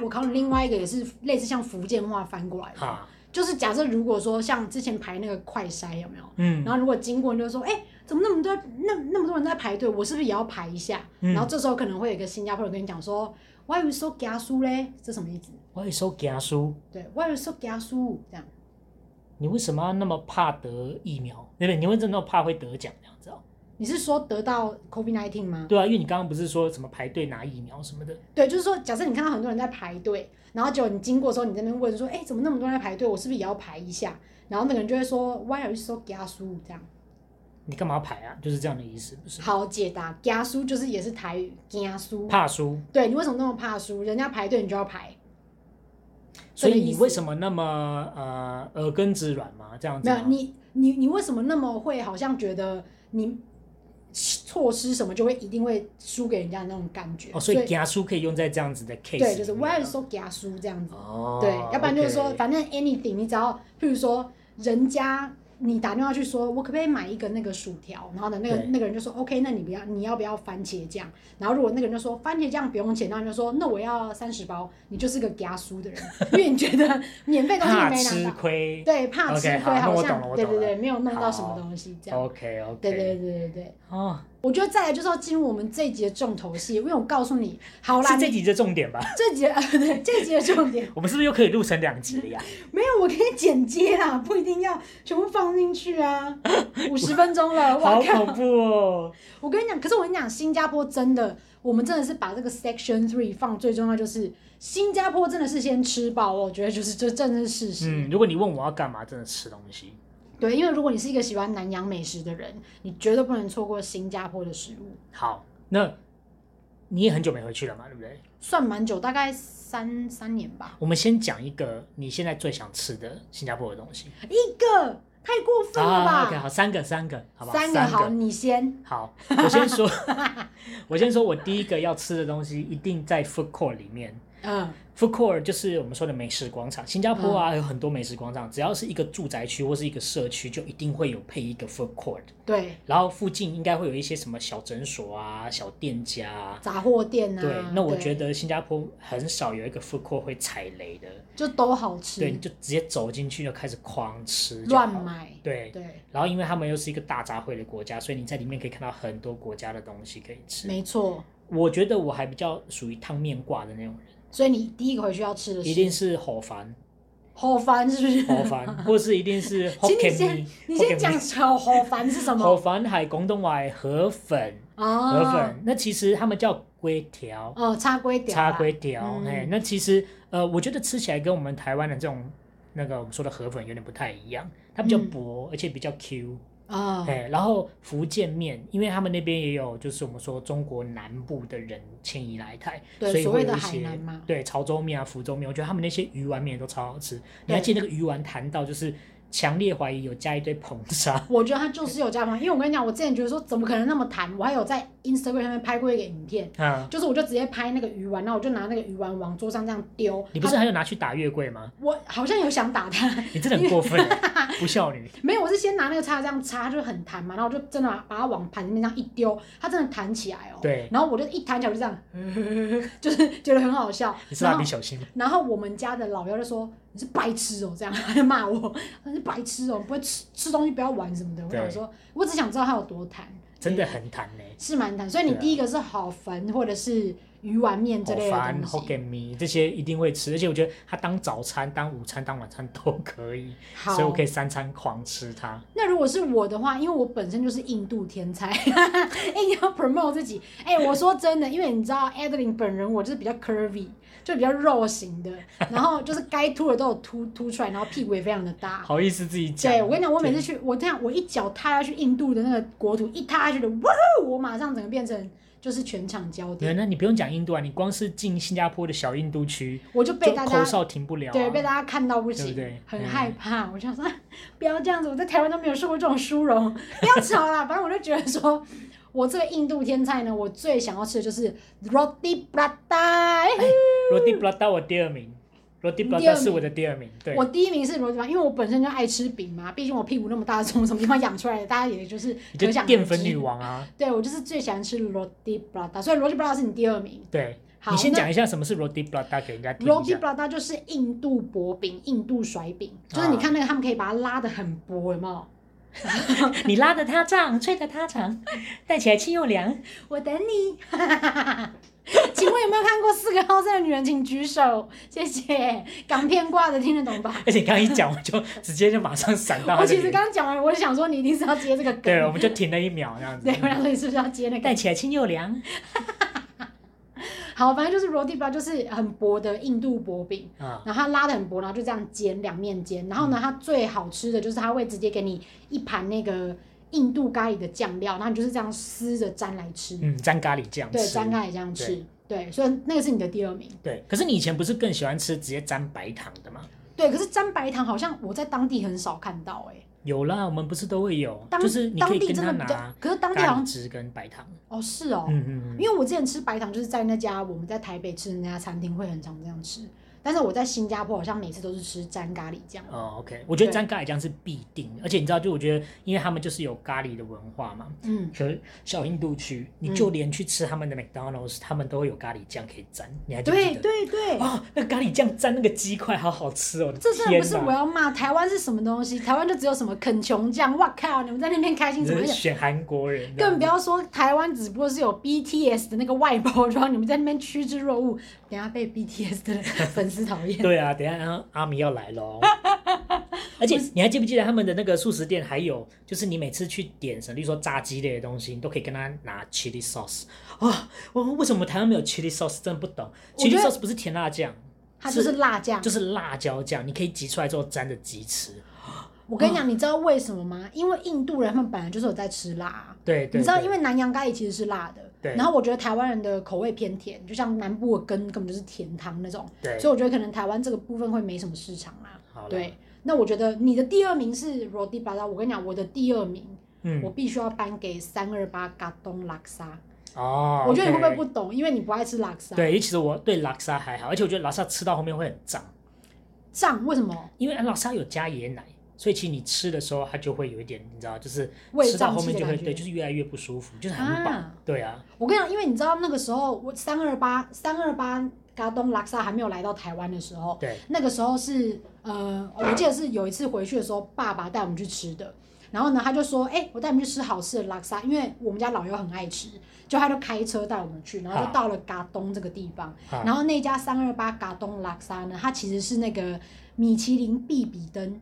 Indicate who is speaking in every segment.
Speaker 1: 我考你另外一个也是类似像福建话翻过来的，
Speaker 2: 哈，
Speaker 1: 就是假设如果说像之前排那个快筛有没有？
Speaker 2: 嗯
Speaker 1: 然后如果经过你就说，哎、怎么那么多那那么多人在排队，我是不是也要排一下？
Speaker 2: 嗯
Speaker 1: 然后这时候可能会有一个新加坡人跟你讲说，Why you so 假输嘞？这什么意思？
Speaker 2: 我有时候给他说，
Speaker 1: 对，Why you so 假输？这样
Speaker 2: 你为什么要那么怕得疫苗？对不对？你为什么那么怕会得奖这样子哦？
Speaker 1: 你是说得到 COVID nineteen 吗？
Speaker 2: 对啊，因为你刚刚不是说什么排队拿疫苗什么的，
Speaker 1: 对，就是说，假设你看到很多人在排队，然后结果你经过的时候，你在那边问说，哎、怎么那么多人在排队？我是不是也要排一下？然后那个人就会说，Why are you so 假输？这样
Speaker 2: 你干嘛排啊？就是这样的意思，不是？
Speaker 1: 好解答，假输就是也是台语假输。
Speaker 2: 怕输，
Speaker 1: 对你为什么那么怕输？人家排队你就要排，
Speaker 2: 所以
Speaker 1: 这个意
Speaker 2: 你
Speaker 1: 思
Speaker 2: 为什么那么呃耳根子软嘛？这样子
Speaker 1: 没
Speaker 2: 吗
Speaker 1: 有你你你为什么那么会好像觉得你错失什么就会一定会输给人家的那种感觉？
Speaker 2: 哦，所以假书可以用在这样子的 case
Speaker 1: 对，就是
Speaker 2: 里面
Speaker 1: Why are
Speaker 2: 啊
Speaker 1: you so 假输这样子？
Speaker 2: 哦，
Speaker 1: 对，要不然就是说，
Speaker 2: OK
Speaker 1: 反正 anything，你只要，譬如说，人家你打电话去说，我可不可以买一个那个薯条？然后呢，那个
Speaker 2: 对
Speaker 1: 那个人就说，OK，那你不要，你要不要番茄酱？然后如果那个人就说番茄酱不用钱，那你就说，那我要三十包。你就是个给他输的人， 因为你觉得免费东西你
Speaker 2: 怕
Speaker 1: 没
Speaker 2: 吃
Speaker 1: 拿到，
Speaker 2: 亏。
Speaker 1: 对，怕吃
Speaker 2: OK，
Speaker 1: 亏，
Speaker 2: 好那我懂了
Speaker 1: 像
Speaker 2: 我
Speaker 1: 对
Speaker 2: 懂
Speaker 1: 对
Speaker 2: 了
Speaker 1: 对，没有弄到什么
Speaker 2: 好
Speaker 1: 东西这样。
Speaker 2: OK OK，
Speaker 1: 对对对对对，
Speaker 2: 哦，
Speaker 1: 我觉得再来就是要进入我们这一集的重头戏，因为我告诉你，好啦，
Speaker 2: 是这
Speaker 1: 你
Speaker 2: 集的重点吧？
Speaker 1: 这集对这集的 重点。
Speaker 2: 我们是不是又可以录成两集 了呀？
Speaker 1: 没有，我可以剪接啦，不一定要全部放进去 啊。五十分钟了，
Speaker 2: 好
Speaker 1: 我靠！
Speaker 2: 恐怖哦！
Speaker 1: 我跟你讲，可是我跟你讲，新加坡真的，我们真的是把这个 Section Three 放最重要，就是新加坡真的是先吃饱，我觉得就是这真的是事实。
Speaker 2: 嗯，如果你问我要干嘛，真的吃东西。
Speaker 1: 对，因为如果你是一个喜欢南洋美食的人，你绝对不能错过新加坡的食物。
Speaker 2: 好，那你也很久没回去了嘛，对不对？
Speaker 1: 算蛮久，大概三三年吧。
Speaker 2: 我们先讲一个你现在最想吃的新加坡的东西。
Speaker 1: 一个太过分了吧？
Speaker 2: 啊，OK，好，三个，三个，好吧，
Speaker 1: 三
Speaker 2: 三
Speaker 1: 个好，你先。
Speaker 2: 好，我先说， 我先说我第一个要吃的东西一定在 food court 里面。
Speaker 1: 嗯
Speaker 2: food court 就是我们说的美食广场，新加坡啊、有很多美食广场，只要是一个住宅区或是一个社区，就一定会有配一个 food court。
Speaker 1: 对，
Speaker 2: 然后附近应该会有一些什么小诊所啊、小店家啊。
Speaker 1: 杂货店啊。
Speaker 2: 对，那我觉
Speaker 1: 得
Speaker 2: 得新加坡很少有一个 food court 会踩雷的，
Speaker 1: 就都好吃。
Speaker 2: 对，你就直接走进去就开始狂吃，
Speaker 1: 乱。买。
Speaker 2: 对，
Speaker 1: 对，
Speaker 2: 然后因为他们又是一个大杂烩的国家，所以你在里面可以看到很多国家的东西可以吃。
Speaker 1: 没错。
Speaker 2: 我觉得我还比较属于汤面挂的那种人，
Speaker 1: 所以你第一个回去要吃的是
Speaker 2: 一定是好烦
Speaker 1: 好烦，是不是？
Speaker 2: 好烦，或是一定是
Speaker 1: 请你
Speaker 2: Hokkien
Speaker 1: 先
Speaker 2: mee，
Speaker 1: 你先
Speaker 2: Hokkien
Speaker 1: 讲
Speaker 2: mee
Speaker 1: 炒好烦是什
Speaker 2: 好
Speaker 1: 么
Speaker 2: 烦，海广东话的河粉，河
Speaker 1: 啊？
Speaker 2: 粉，那其实他们叫龟条，
Speaker 1: 哦，叉龟屌啦，
Speaker 2: 叉龟条，
Speaker 1: 嗯
Speaker 2: 哎，那其实呃，我觉得吃起来跟我们台湾的这种那个我们说的河粉有点不太一样，它比较
Speaker 1: 嗯
Speaker 2: 薄，而且比较 Q，
Speaker 1: 啊，
Speaker 2: 哎，然后福建面，因为他们那边也有，就是我们说中国南部的人迁移来台，
Speaker 1: 对
Speaker 2: 所以
Speaker 1: 所
Speaker 2: 会
Speaker 1: 谓的
Speaker 2: 有一
Speaker 1: 海
Speaker 2: 些
Speaker 1: 南嘛
Speaker 2: 对潮州面啊、福州面，我觉得他们那些鱼丸面也都超好吃。你还
Speaker 1: 对
Speaker 2: 记得那个鱼丸谈到，就是强烈怀疑有加一堆硼砂，
Speaker 1: 我觉得它就是有加盟，因为我跟你讲，我之前觉得说怎么可能那么弹，我还有在 Instagram 上面拍过一个影片，
Speaker 2: 啊，
Speaker 1: 就是我就直接拍那个鱼丸，然后我就拿那个鱼丸往桌上这样丢，
Speaker 2: 你不是
Speaker 1: 它
Speaker 2: 还有拿去打月桂吗？
Speaker 1: 我好像有想打它，
Speaker 2: 你真的很过分欸，不孝女。
Speaker 1: 没有，我是先拿那个叉这样插，就很弹嘛，然后我就真的把把它往盘里面这样一丢，它真的弹起来哦。
Speaker 2: 对
Speaker 1: 然后我就一弹起来我就这样，就是觉得很好笑。
Speaker 2: 你是
Speaker 1: 然
Speaker 2: 蜡
Speaker 1: 后
Speaker 2: 笔小新吗？
Speaker 1: 然后我们家的老幺就说：“你是白痴哦、这样他就骂我，他是白痴哦、不会吃吃东西不要玩什么的。”我
Speaker 2: 对
Speaker 1: 想说，我只想知道它有多弹，
Speaker 2: 真的很弹呢、
Speaker 1: 是蛮弹。所以你
Speaker 2: 对啊
Speaker 1: 第一个是好烦，或者是鱼丸面这
Speaker 2: 好
Speaker 1: 类的
Speaker 2: 烦
Speaker 1: 东西。
Speaker 2: 哦，Hokkien mee 这些一定会吃，而且我觉得它当早餐、当午餐、当晚餐都可以，
Speaker 1: 好
Speaker 2: 所以我可以三餐狂吃它。
Speaker 1: 那如果是我的话，因为我本身就是印度天才， 硬要 promote 自己。哎、我说真的，因为你知道 Adeline 本人我就是比较 curvy，就比较肉型的，然后就是该凸的都有凸凸出来，然后屁股也非常的大。
Speaker 2: 好意思自己 讲。
Speaker 1: 对，我跟你讲，我每
Speaker 2: 对
Speaker 1: 次去，我这样，我一脚踏下去印度的那个国土，一踏下去的，哇哦，我马上整个变成就是全场焦
Speaker 2: 没有，
Speaker 1: 点，
Speaker 2: 那你不用讲印度啊，你光是进新加坡的小印度区，
Speaker 1: 我就被
Speaker 2: 就
Speaker 1: 大
Speaker 2: 口
Speaker 1: 家
Speaker 2: 哨停不了、啊。
Speaker 1: 对被大家看到不行，
Speaker 2: 对不对
Speaker 1: 很
Speaker 2: 嗯
Speaker 1: 害怕。我想说，不要这样子，我在台湾都没有受过这种殊荣，不要吵啦。 反正我就觉得说。我这个印度天菜呢，我最想要吃的就是 roti
Speaker 2: 哎
Speaker 1: prata。哎
Speaker 2: Roti Prata 我第二名，Roti
Speaker 1: 第二
Speaker 2: Prata
Speaker 1: 名
Speaker 2: 是我的第二名。对，
Speaker 1: 我第一名是 roti prata，因为我本身就爱吃饼嘛，毕竟我屁股那么大，从什么地方养出来的，大家也就是
Speaker 2: 你
Speaker 1: 可
Speaker 2: 就
Speaker 1: 想而
Speaker 2: 淀粉
Speaker 1: 知
Speaker 2: 女王啊。
Speaker 1: 对，我就是最喜欢吃 roti prata，所以 roti prata 是你第二名。
Speaker 2: 对，
Speaker 1: 好，
Speaker 2: 你先
Speaker 1: 那
Speaker 2: 讲一下什么是 roti prata 给人家听
Speaker 1: r o
Speaker 2: 一
Speaker 1: t i
Speaker 2: 下。
Speaker 1: prata 就是印度薄饼、印度甩饼，
Speaker 2: 啊
Speaker 1: 就是你看那个他们可以把它拉的很薄，有没有？
Speaker 2: 你拉的它胀，吹的它长，戴起来轻又凉。
Speaker 1: 我等你。 请问有没有看过《四个号站的女人》？请举手，谢谢。港片挂的听得懂吧？
Speaker 2: 而且你刚刚一讲，我就直接就马上闪到
Speaker 1: 我
Speaker 2: 他的
Speaker 1: 其实
Speaker 2: 脸
Speaker 1: 刚讲完，我就想说你一定是要接这个梗。
Speaker 2: 对，我们就停了一秒这样子
Speaker 1: 对，。我想说你是不是要接那个？
Speaker 2: 戴起来轻又 凉。
Speaker 1: 好，反正就是 roti b r a 就是很薄的印度薄饼，
Speaker 2: 啊，
Speaker 1: 然后它拉的很薄，然后就这样煎，两面煎。然后呢，它最好吃的就是它会直接给你一盘那个印度咖喱的酱料，然后你就是这样撕着沾来吃。
Speaker 2: 嗯，沾咖喱酱吃。
Speaker 1: 对，沾咖喱这样吃。对，所以那个是你的第二名。
Speaker 2: 对，可是你以前不是更喜欢吃直接沾白糖的吗？
Speaker 1: 对，可是沾白糖好像我在当地很少看到哎、欸
Speaker 2: 有啦，我们不是都会有，
Speaker 1: 当
Speaker 2: 就是你可
Speaker 1: 当
Speaker 2: 以
Speaker 1: 地
Speaker 2: 跟
Speaker 1: 真
Speaker 2: 他
Speaker 1: 的比
Speaker 2: 拿
Speaker 1: 较，可是当地好
Speaker 2: 咖喱
Speaker 1: 像
Speaker 2: 汁跟白糖。
Speaker 1: 哦是哦，
Speaker 2: 嗯嗯嗯，
Speaker 1: 因为我之前吃白糖就是在那家我们在台北吃的那家餐厅会很常这样吃，但是我在新加坡好像每次都是吃沾咖喱酱。
Speaker 2: 哦，OK，我觉得
Speaker 1: 对
Speaker 2: 沾咖喱酱是必定，而且你知道，就我觉得，因为他们就是有咖喱的文化嘛，
Speaker 1: 嗯，
Speaker 2: 可是小印度区，你就连去吃他们的 McDonald's，他们都会有咖喱酱可以沾，你还记不记
Speaker 1: 对
Speaker 2: 得？
Speaker 1: 对对，
Speaker 2: 哦，那咖喱酱沾那个鸡块，好好吃哦！我的
Speaker 1: 这真的不是
Speaker 2: 天
Speaker 1: 我
Speaker 2: 哪
Speaker 1: 要骂台湾是什么东西，台湾就只有什么肯琼酱，哇靠，你们在那边开心
Speaker 2: 你
Speaker 1: 什么
Speaker 2: 是
Speaker 1: 而且
Speaker 2: 选韩国人，
Speaker 1: 更不要说台湾只不过是有 BTS 的那个外包装，你们在那边趋之若鹜，等一下被 BTS 的 粉丝讨厌。
Speaker 2: 对啊，等一下阿阿米要来 喽。而且你还记不记得他们的那个素食店，还有就是你每次去点什么，例如说炸鸡类的东西，你都可以跟他拿 chili sauce。哇、我为什么台湾没有 chili sauce？真的不懂。
Speaker 1: 我觉
Speaker 2: chili
Speaker 1: 得
Speaker 2: sauce 不是甜辣酱，
Speaker 1: 它就是辣酱，
Speaker 2: 就是辣椒酱，你可以挤出来之后沾着鸡吃。
Speaker 1: 我跟你
Speaker 2: 嗯
Speaker 1: 讲，你知道为什么吗？因为印度人他们本来就是有在吃辣啊、
Speaker 2: 对对
Speaker 1: 你知道，
Speaker 2: 对
Speaker 1: 因为南洋咖喱其实是辣的，
Speaker 2: 对
Speaker 1: 然后我觉得台湾人的口味偏甜，就像南部的根根本就是甜汤那种，
Speaker 2: 对
Speaker 1: 所以我觉得可能台湾这个部分会没什么市场啦。
Speaker 2: 好了，
Speaker 1: 对，那我觉得你的第二名是 Roti Prata，我跟你讲，我的第二名、我
Speaker 2: 嗯，
Speaker 1: 必须要颁给三二八嘎东拉沙。
Speaker 2: 哦，
Speaker 1: 我觉得你会不会
Speaker 2: OK
Speaker 1: 不懂？因为你不爱吃拉沙。，
Speaker 2: 对，因为其实我对拉沙还好，而且我觉得拉沙吃到后面会很胀，
Speaker 1: 胀为什么？
Speaker 2: 因为拉沙有加椰奶，所以其实你吃的时候它就会有一点，你知道，就是
Speaker 1: 胃
Speaker 2: 吃到
Speaker 1: 胀
Speaker 2: 后
Speaker 1: 气
Speaker 2: 面
Speaker 1: 的
Speaker 2: 就会
Speaker 1: 感觉
Speaker 2: 对，就是越来越不舒服，就是很饱。
Speaker 1: 啊
Speaker 2: 对啊，
Speaker 1: 我跟你讲，因为你知道那个时候我三二八三二八嘎东拉萨还没有来到台湾的时候，
Speaker 2: 对，
Speaker 1: 那个时候是呃，我记得是有一次回去的时候，爸爸带我们去吃的。然后呢，他就说：“哎、我带你们去吃好吃的拉萨，因为我们家老幺很爱吃，就他就开车带我们去，然后
Speaker 2: 啊
Speaker 1: 就到了嘎东这个地方。
Speaker 2: 啊
Speaker 1: 然后那家三二八嘎东拉萨呢，它其实是那个米其林必比登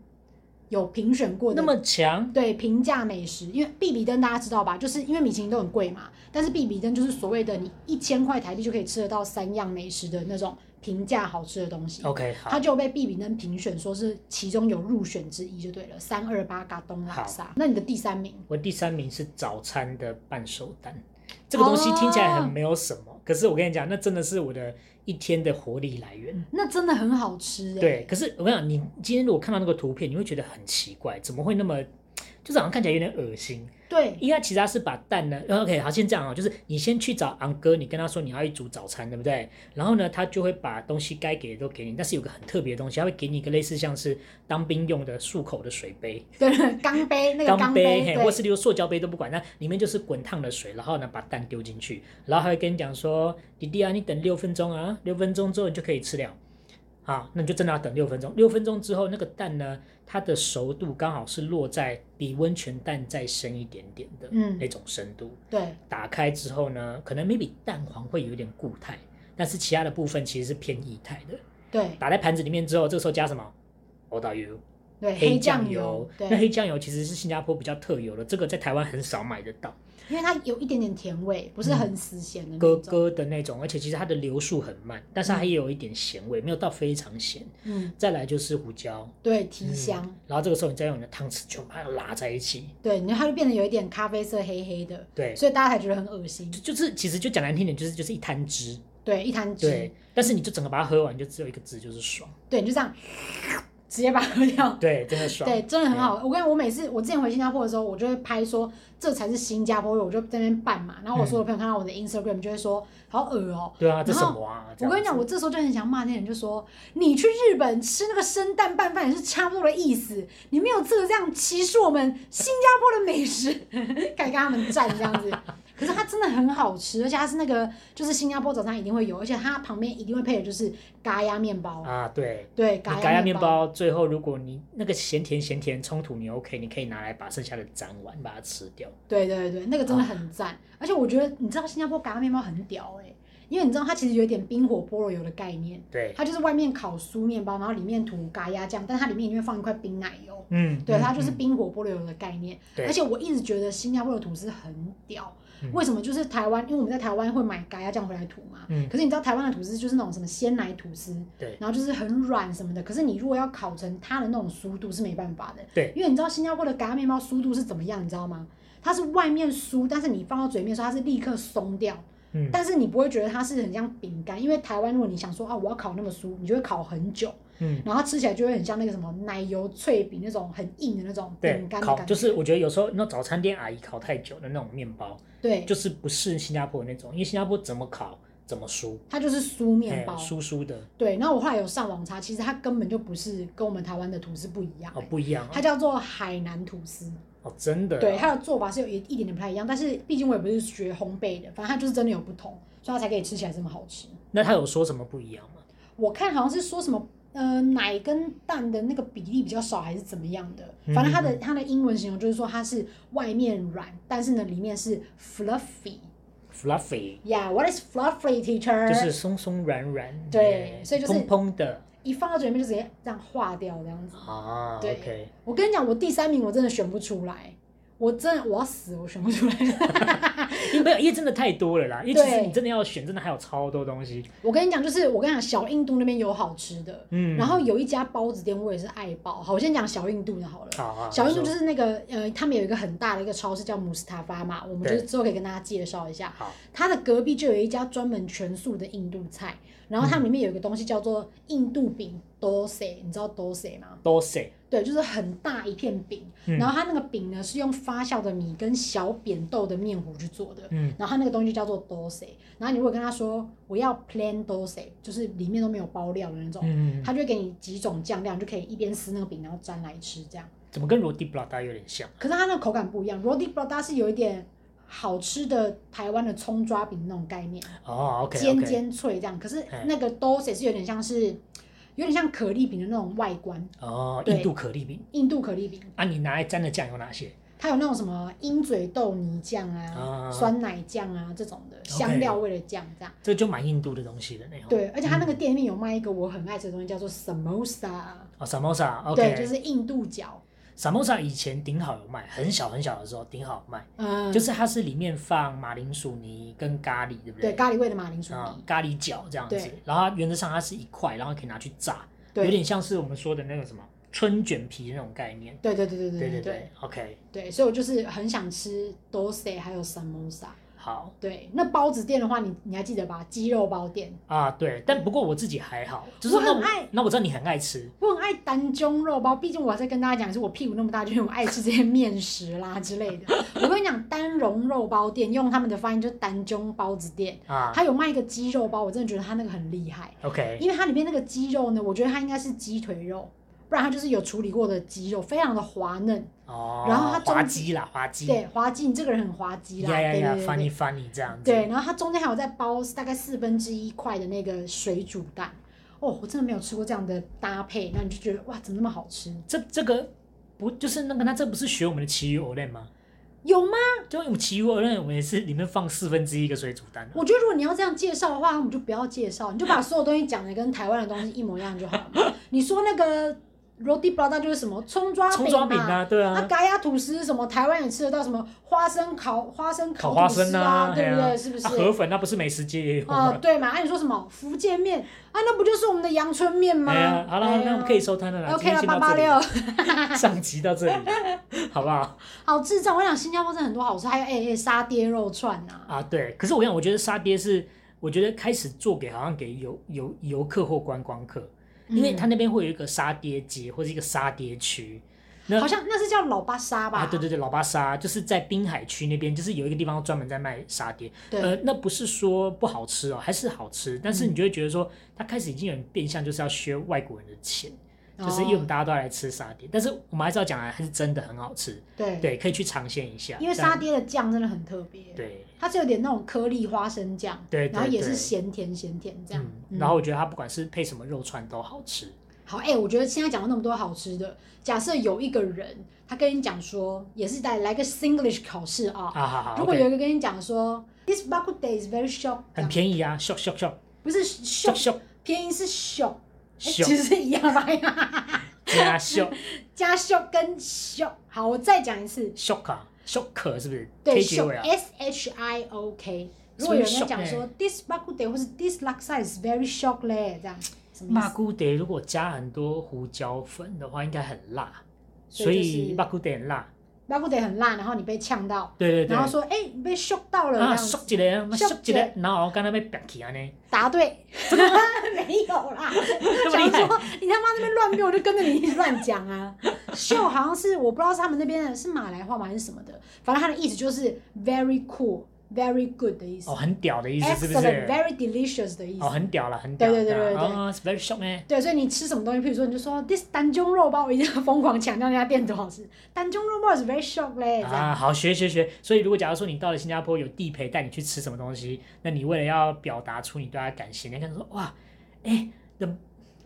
Speaker 1: 有评选过的
Speaker 2: 那么强，
Speaker 1: 对平价美食，因为必比登大家知道吧，就是因为米其林都很贵嘛，但是必比登就是所谓的你一千块台币就可以吃得到三样美食的那种平价好吃的东西。
Speaker 2: OK，好
Speaker 1: 它，就被必比登评选说是其中有入选之一就对了，三二八嘎东拉萨。那你的第三名，
Speaker 2: 我第三名是早餐的半熟蛋，这个东西听起来很
Speaker 1: 哦
Speaker 2: 没有什么，可是我跟你讲，那真的是我的一天的活力来源。
Speaker 1: 那真的很好吃哎、
Speaker 2: 对，可是我跟你讲，你今天如果看到那个图片，你会觉得很奇怪，怎么会那么，就是好像看起来有点恶心。
Speaker 1: 对
Speaker 2: 应该其实他是把蛋呢呃，OK，好，先这样哦，就是你先去找昂哥，你跟他说你要一煮早餐，对不对？然后呢，他就会把东西该给的都给你，但是有个很特别的东西，他会给你一个类似像是当兵用的漱口的水杯、
Speaker 1: 对对， 钢杯那个
Speaker 2: 钢
Speaker 1: 钢
Speaker 2: 嘿，
Speaker 1: 对
Speaker 2: 或是例如塑胶杯都不管，那里面就是滚烫的水，然后呢把蛋丢进去，然后还会跟你讲说，弟弟啊，你等六分钟啊，六分钟之后你就可以吃了。好，那你就真的要等六分钟。六分钟之后，那个蛋呢，它的熟度刚好是落在比温泉蛋再深一点点的
Speaker 1: 嗯
Speaker 2: 那种深度。
Speaker 1: 对
Speaker 2: 打开之后呢，可能 maybe 蛋黄会有一点固态，但是其他的部分其实是偏液态的。
Speaker 1: 对
Speaker 2: 打在盘子里面之后，这时候加什么？欧导油、
Speaker 1: 对，
Speaker 2: 黑
Speaker 1: 哎酱
Speaker 2: 酱油。那
Speaker 1: 对，
Speaker 2: 黑酱油其实是新加坡比较特有的，这个在台湾很少买得到，
Speaker 1: 因为它有一点点甜味，不是
Speaker 2: 嗯
Speaker 1: 很死咸的那
Speaker 2: 咯
Speaker 1: 种。
Speaker 2: 咯的那种，而且其实它的流速很慢，但是它也有一点咸味，没有到非常咸。
Speaker 1: 嗯，
Speaker 2: 再来就是胡椒，
Speaker 1: 对，提香。
Speaker 2: 嗯然后这个时候你再用你的汤匙全部把它拉在一起，
Speaker 1: 对，然后它就变得有一点咖啡色黑黑的，
Speaker 2: 对，
Speaker 1: 所以大家才觉得很恶心
Speaker 2: 就。就是其实就讲难听点，就是就是一滩汁，
Speaker 1: 对，一滩汁，哦
Speaker 2: 对，但是你就整个把它喝完，就只有一个字，就是爽。
Speaker 1: 对，你就这样直接把它喝掉。
Speaker 2: 对，真的爽。
Speaker 1: 对，真的很好。我
Speaker 2: 嗯
Speaker 1: 跟你讲我每次我之前回新加坡的时候，我就会拍说这才是新加坡，我就在那边办嘛。然后我
Speaker 2: 嗯
Speaker 1: 所有朋友看到我的 Instagram 就会说好恶哦、
Speaker 2: 对啊，这
Speaker 1: 然
Speaker 2: 什
Speaker 1: 后
Speaker 2: 么啊？这
Speaker 1: 我
Speaker 2: 样
Speaker 1: 跟你讲，
Speaker 2: 子
Speaker 1: 我这时候就很想骂那人，就说你去日本吃那个生蛋拌饭也是差不多的意思，你 没有资格这样歧视我们新加坡的美食，敢跟他们战这样子。可是它真的很好吃，而且它是那个就是新加坡早餐一定会有，而且它旁边一定会配的就是咖喱面包。
Speaker 2: 啊，对。
Speaker 1: 对，
Speaker 2: 你
Speaker 1: 咖
Speaker 2: 咖
Speaker 1: 喱
Speaker 2: 喱面
Speaker 1: 包。
Speaker 2: 包最后，如果你那个咸甜咸甜冲突你 OK，你可以拿来把剩下的粘完，把它吃掉。
Speaker 1: 对对对，那个真
Speaker 2: 哦
Speaker 1: 的很赞。而且我觉得，你知道新加坡咖喱面包很屌哎、因为你知道它其实有点冰火菠萝油的概念，
Speaker 2: 对，
Speaker 1: 它就是外面烤酥面包，然后里面涂咖喱酱，但它里面一定会放一块冰奶油。
Speaker 2: 嗯，
Speaker 1: 对，
Speaker 2: 嗯
Speaker 1: 它就是
Speaker 2: 嗯
Speaker 1: 冰火菠萝油的概念。
Speaker 2: 对
Speaker 1: 而且我一直觉得新加坡的吐司很屌，
Speaker 2: 嗯
Speaker 1: 为什么？就是台湾，因为我们在台湾会买咖喱酱回来吐嘛。
Speaker 2: 嗯
Speaker 1: 可是你知道台湾的吐司就是那种什么鲜奶吐司，
Speaker 2: 对
Speaker 1: 然后就是很软什么的。可是你如果要烤成它的那种酥度是没办法的，
Speaker 2: 对
Speaker 1: 因为你知道新加坡的咖喱面包酥度是怎么样，你知道吗？它是外面酥，但是你放到嘴面的时候，它是立刻松掉，
Speaker 2: 嗯
Speaker 1: 但是你不会觉得它是很像饼干，因为台湾如果你想说啊我要烤那么酥，你就会烤很久，
Speaker 2: 嗯，
Speaker 1: 然后吃起来就会很像那个什么奶油脆饼那种很硬的那种
Speaker 2: 对
Speaker 1: 饼，干的
Speaker 2: 烤
Speaker 1: 感觉，
Speaker 2: 就是我觉得有时候那早餐店阿姨烤太久的那种面包，
Speaker 1: 对，
Speaker 2: 就是不是新加坡的那种，因为新加坡怎么烤怎么酥，
Speaker 1: 它就是酥面
Speaker 2: 哎
Speaker 1: 包，
Speaker 2: 酥酥的
Speaker 1: 对。然后我后来有上网查，其实它根本就不是跟我们台湾的吐司不一样、
Speaker 2: 哦，不一样
Speaker 1: 它
Speaker 2: 哦，
Speaker 1: 叫做海南吐司，
Speaker 2: 哦真的
Speaker 1: 对
Speaker 2: 哦
Speaker 1: 它的做法是有一一点点不太一样，但是毕竟我也不是学烘焙的，反正它就是真的有不同，所以它才可以吃起来这么好吃。
Speaker 2: 那他有说什么不一样吗？
Speaker 1: 我看好像是说什么呃奶跟蛋的那个比例比较少还是怎么样的，
Speaker 2: 嗯
Speaker 1: 反正它的它的英文形容就是说它是外面软，但是呢里面是 fluffy。
Speaker 2: fluffy
Speaker 1: Yeah，what is fluffy teacher？
Speaker 2: 就是松松软软，
Speaker 1: 对
Speaker 2: 哎
Speaker 1: 所以就是
Speaker 2: 蓬蓬的
Speaker 1: 一放到嘴里面就直接这样化掉这样子。
Speaker 2: 啊
Speaker 1: 对
Speaker 2: ，OK，
Speaker 1: 我跟你讲，我第三名我真的选不出来，我真的我要死，我选不出来。
Speaker 2: 因为没有，因为真的太多了啦，因为其实
Speaker 1: 对
Speaker 2: 你真的要选，真的还有超多东西，
Speaker 1: 我跟你讲，就是我跟你讲，小印度那边有好吃的，
Speaker 2: 嗯，
Speaker 1: 然后有一家包子店我也是爱包。好，我先讲小印度的好了。
Speaker 2: 好啊，
Speaker 1: 小印度就是是那个呃，他们有一个很大的一个超市叫姆斯塔发嘛，我们就是
Speaker 2: 对
Speaker 1: 之后可以跟大家介绍一下。
Speaker 2: 好，
Speaker 1: 它的隔壁就有一家专门全素的印度菜，然后
Speaker 2: 嗯
Speaker 1: 它们里面有一个东西叫做印度饼 dosa，你知道 dosa 吗？
Speaker 2: 多塞，
Speaker 1: 对，就是很大一片饼，
Speaker 2: 嗯
Speaker 1: 然后它那个饼呢是用发酵的米跟小扁豆的面糊去做的，
Speaker 2: 嗯
Speaker 1: 然后它那个东西叫做 dosa，然后你如果跟他说我要 plain dosa，就是里面都没有包料的那种，
Speaker 2: 嗯，嗯
Speaker 1: 他就会给你几种酱料，你就可以一边撕那个饼，然后沾来吃这样。
Speaker 2: 怎么跟罗蒂布拉达有点像？
Speaker 1: 可是它那个口感不一样，roti prata 是有一点好吃的台湾的葱抓饼那种概念，
Speaker 2: 哦，OK，
Speaker 1: 尖尖脆这样，可是
Speaker 2: 哎
Speaker 1: 那个 dosa 是有点像是有点像可丽饼的那种外观，
Speaker 2: 哦，
Speaker 1: 对
Speaker 2: 印度可丽饼
Speaker 1: 印度可丽饼。
Speaker 2: 啊，你拿来沾的酱有哪些？
Speaker 1: 它有那种什么鹰嘴豆泥酱啊、
Speaker 2: 啊
Speaker 1: 酸奶酱啊这种的
Speaker 2: OK
Speaker 1: 香料味的酱，这样。
Speaker 2: 这就蛮印度的东西的那种。
Speaker 1: 对，而且它
Speaker 2: 嗯
Speaker 1: 那个店里面有卖一个我很爱吃的东西，叫做 samosa，
Speaker 2: 哦，samosa，OK，、
Speaker 1: 对，就是印度饺。
Speaker 2: samosa 以前顶好有卖，很小很小的时候顶好有卖，
Speaker 1: 嗯，
Speaker 2: 就是它是里面放马铃薯泥跟咖喱，对不
Speaker 1: 对
Speaker 2: 对？
Speaker 1: 咖喱味的马铃薯
Speaker 2: 啊
Speaker 1: 泥，，
Speaker 2: 咖喱饺这样子
Speaker 1: 对，
Speaker 2: 然后它原则上它是一块，然后可以拿去炸，有
Speaker 1: 对，
Speaker 2: 点像是我们说的那个什么春卷皮的那种概念。
Speaker 1: 对对对对
Speaker 2: 对
Speaker 1: 嗯对
Speaker 2: 对对，OK，
Speaker 1: 对，所以我就是很想吃 dosa 还有 samosa。
Speaker 2: 好
Speaker 1: 对，那包子店的话，你你还记得吧？鸡肉包店，
Speaker 2: 啊，对，但不过我自己还好，就是
Speaker 1: 我
Speaker 2: 那
Speaker 1: 很爱
Speaker 2: 那我知道你很爱吃，
Speaker 1: 我很爱单中肉包，毕竟我在跟大家讲，是我屁股那么大，就是我爱吃这些面食啦之类的。我跟你讲，丹绒肉包店用他们的发音就是丹中包子店，
Speaker 2: 啊
Speaker 1: 它有卖一个鸡肉包，我真的觉得它那个很厉害，
Speaker 2: ，OK，
Speaker 1: 因为它里面那个鸡肉呢，我觉得它应该是鸡腿肉，不然它就是有处理过的鸡肉，非常的滑嫩，
Speaker 2: 哦，
Speaker 1: 然后它中
Speaker 2: 滑稽啦，滑稽，
Speaker 1: 对，滑稽。你这个人很滑稽啦，
Speaker 2: 呀呀
Speaker 1: 对
Speaker 2: 呀
Speaker 1: 对对
Speaker 2: ，funny
Speaker 1: 对。
Speaker 2: funny 这样子，
Speaker 1: 对，然后它中间还有再包大概四分之一块的那个水煮蛋，哦，我真的没有吃过这样的搭配，那你就觉得哇，怎么那么好吃？
Speaker 2: 这这个不就是那个？那这不是学我们的奇鱼藕类吗？
Speaker 1: 有吗？
Speaker 2: 就我们奇鱼藕类，我们也是里面放四分之一个水煮蛋。
Speaker 1: 我觉得如果你要这样介绍的话，我们就不要介绍，你就把所有东西讲的跟台湾的东西一模一样就好 了。你说那个 roti prata 就是什么葱抓
Speaker 2: 葱
Speaker 1: 饼
Speaker 2: 抓
Speaker 1: 嘛，
Speaker 2: 饼啊，对
Speaker 1: 那
Speaker 2: 啊，
Speaker 1: 咖喱吐司什么台湾也吃得到，什么花生烤花生
Speaker 2: 烤花
Speaker 1: 吐司
Speaker 2: 生
Speaker 1: 啊，
Speaker 2: 嘿
Speaker 1: 对不
Speaker 2: 啊
Speaker 1: 对？是不
Speaker 2: 啊河
Speaker 1: 是？
Speaker 2: 粉那不是美食街也有
Speaker 1: 啊，
Speaker 2: 吗？
Speaker 1: 对嘛？啊，你说什么福建面啊？那不就是我们的阳春面吗？
Speaker 2: 哎呀，好
Speaker 1: 哎
Speaker 2: 了，
Speaker 1: 呀
Speaker 2: 那我们可以收摊了啦。今
Speaker 1: OK
Speaker 2: 天
Speaker 1: 了，
Speaker 2: 先
Speaker 1: 八
Speaker 2: 到
Speaker 1: 八
Speaker 2: 这里
Speaker 1: 六，
Speaker 2: 上集到这里，好不好？
Speaker 1: 好智障！我想新加坡真的很多好吃，还有哎哎沙爹肉串呐、
Speaker 2: 啊，对。可是我跟你讲，我觉得沙爹是，我觉得开始做给好像给游游游客或观光客，因为
Speaker 1: 嗯
Speaker 2: 他那边会有一个沙爹街或者一个沙爹区。那
Speaker 1: 好像那是叫老巴沙吧？
Speaker 2: 啊，对对对，老巴沙就是在滨海区那边，就是有一个地方专门在卖沙爹。
Speaker 1: 对嗯
Speaker 2: 呃，那不是说不好吃哦，还是好吃，但是你就会觉得说，它开始已经有点变相，就是要削外国人的钱，就是因为我们大家都要来吃沙爹，但是我们还是要讲啊，还是真的很好吃，
Speaker 1: 对，
Speaker 2: 对，可以去尝鲜一下。
Speaker 1: 因为
Speaker 2: 这
Speaker 1: 沙
Speaker 2: 样
Speaker 1: 爹的酱真的很特别，
Speaker 2: 对
Speaker 1: 它是有点那种颗粒花生酱，
Speaker 2: 对，
Speaker 1: 然后
Speaker 2: 对
Speaker 1: 也是
Speaker 2: 对
Speaker 1: 咸甜咸甜这样。
Speaker 2: 嗯，然后我觉得它不管是配什么肉串都好吃。
Speaker 1: 好，哎、我觉得现在讲了那么多好吃的，假设有一个人他跟你讲说，也是在来个 Singlish 考试啊，
Speaker 2: 啊好好，
Speaker 1: 如果
Speaker 2: OK
Speaker 1: 有一个跟你讲说，This Baku Day is very short，这
Speaker 2: 很
Speaker 1: 样
Speaker 2: 便宜啊，咻咻咻
Speaker 1: 不是 short，
Speaker 2: 咻咻
Speaker 1: 偏音是 short，哎其
Speaker 2: 咻
Speaker 1: 实是一样吧？
Speaker 2: 加咻
Speaker 1: 加 short 跟 short，好，我再讲一次，
Speaker 2: 咻啊咻可是不是
Speaker 1: 对
Speaker 2: ？K 结尾
Speaker 1: short
Speaker 2: 啊，
Speaker 1: S H I O K。如果有人跟你讲
Speaker 2: 所以
Speaker 1: 说 This Baku Day 或是 This Laksa is very short 嘞，这样什么意
Speaker 2: 巴
Speaker 1: 思？
Speaker 2: 姑得如果加很多胡椒粉的话，应该很辣，所
Speaker 1: 所以就
Speaker 2: 以
Speaker 1: 是
Speaker 2: 巴姑得很辣。
Speaker 1: 巴古得很辣，然后你被呛到，
Speaker 2: 对对对，
Speaker 1: 然后说哎、你被 shock 到了，这
Speaker 2: 啊
Speaker 1: 样子
Speaker 2: 咻一个，
Speaker 1: 咻
Speaker 2: 咻一
Speaker 1: 一
Speaker 2: 个，然后我刚才被掰起啊呢，
Speaker 1: 答对， 没有啦，
Speaker 2: 这么
Speaker 1: 想
Speaker 2: 厉害
Speaker 1: 说你他妈那边乱编，我就跟着你一起乱讲啊。秀好像是我不知道是他们那边的是马来话吗还是什么的，反正他的意思就是 very cool、very good 的意思、
Speaker 2: 哦，很屌的意思是不
Speaker 1: excellent、
Speaker 2: 是？
Speaker 1: very delicious 的意思。
Speaker 2: 哦，很屌了，很屌，
Speaker 1: 对对对对对
Speaker 2: 啊，very s h o c 呢，
Speaker 1: 对，所以你吃什么东西，譬如说你就说哦 this 丹中肉包，我一定要疯狂强调那家店多好吃。丹中肉包是 very shock 嘞，这样。
Speaker 2: 啊，好学学学。所以如果假如说你到了新加坡有地陪带你去吃什么东西，那你为了要表达出你对他的感谢，你看说哇，哎，the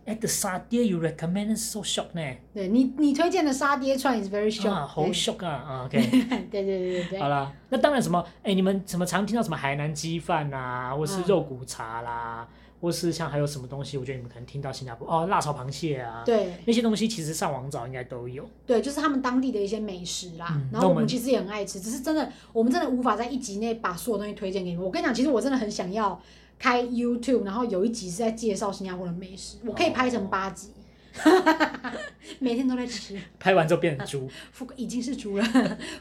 Speaker 2: at the 沙爹 you recommend is so shock 呢，
Speaker 1: 对你你推荐的沙爹串 is very shock，、
Speaker 2: 啊，好 shock 啊啊，OK。
Speaker 1: 对对对对对
Speaker 2: 好
Speaker 1: 对，
Speaker 2: 啦，那当然什么，哎、你们什么常听到什么海南鸡饭啦，或
Speaker 1: 嗯
Speaker 2: 是肉骨茶啦，或是像还有什么东西，我觉得你们可能听到新加坡哦，辣炒螃蟹啊，
Speaker 1: 对。
Speaker 2: 那些东西其实上网找应该都有。
Speaker 1: 对，就是他们当地的一些美食啦。
Speaker 2: 嗯
Speaker 1: 然
Speaker 2: 那
Speaker 1: 后
Speaker 2: 我
Speaker 1: 我
Speaker 2: 们
Speaker 1: 们其实也很爱吃，只是真的我们真的无法在一集内把所有东西推荐给你们。我跟你讲，其实我真的很想要开 YouTube，然后有一集是在介绍新加坡的美食，我可以拍
Speaker 2: 哦
Speaker 1: 成八集。 每天都在吃，
Speaker 2: 拍完之后变成 猪。
Speaker 1: 复已经是猪了，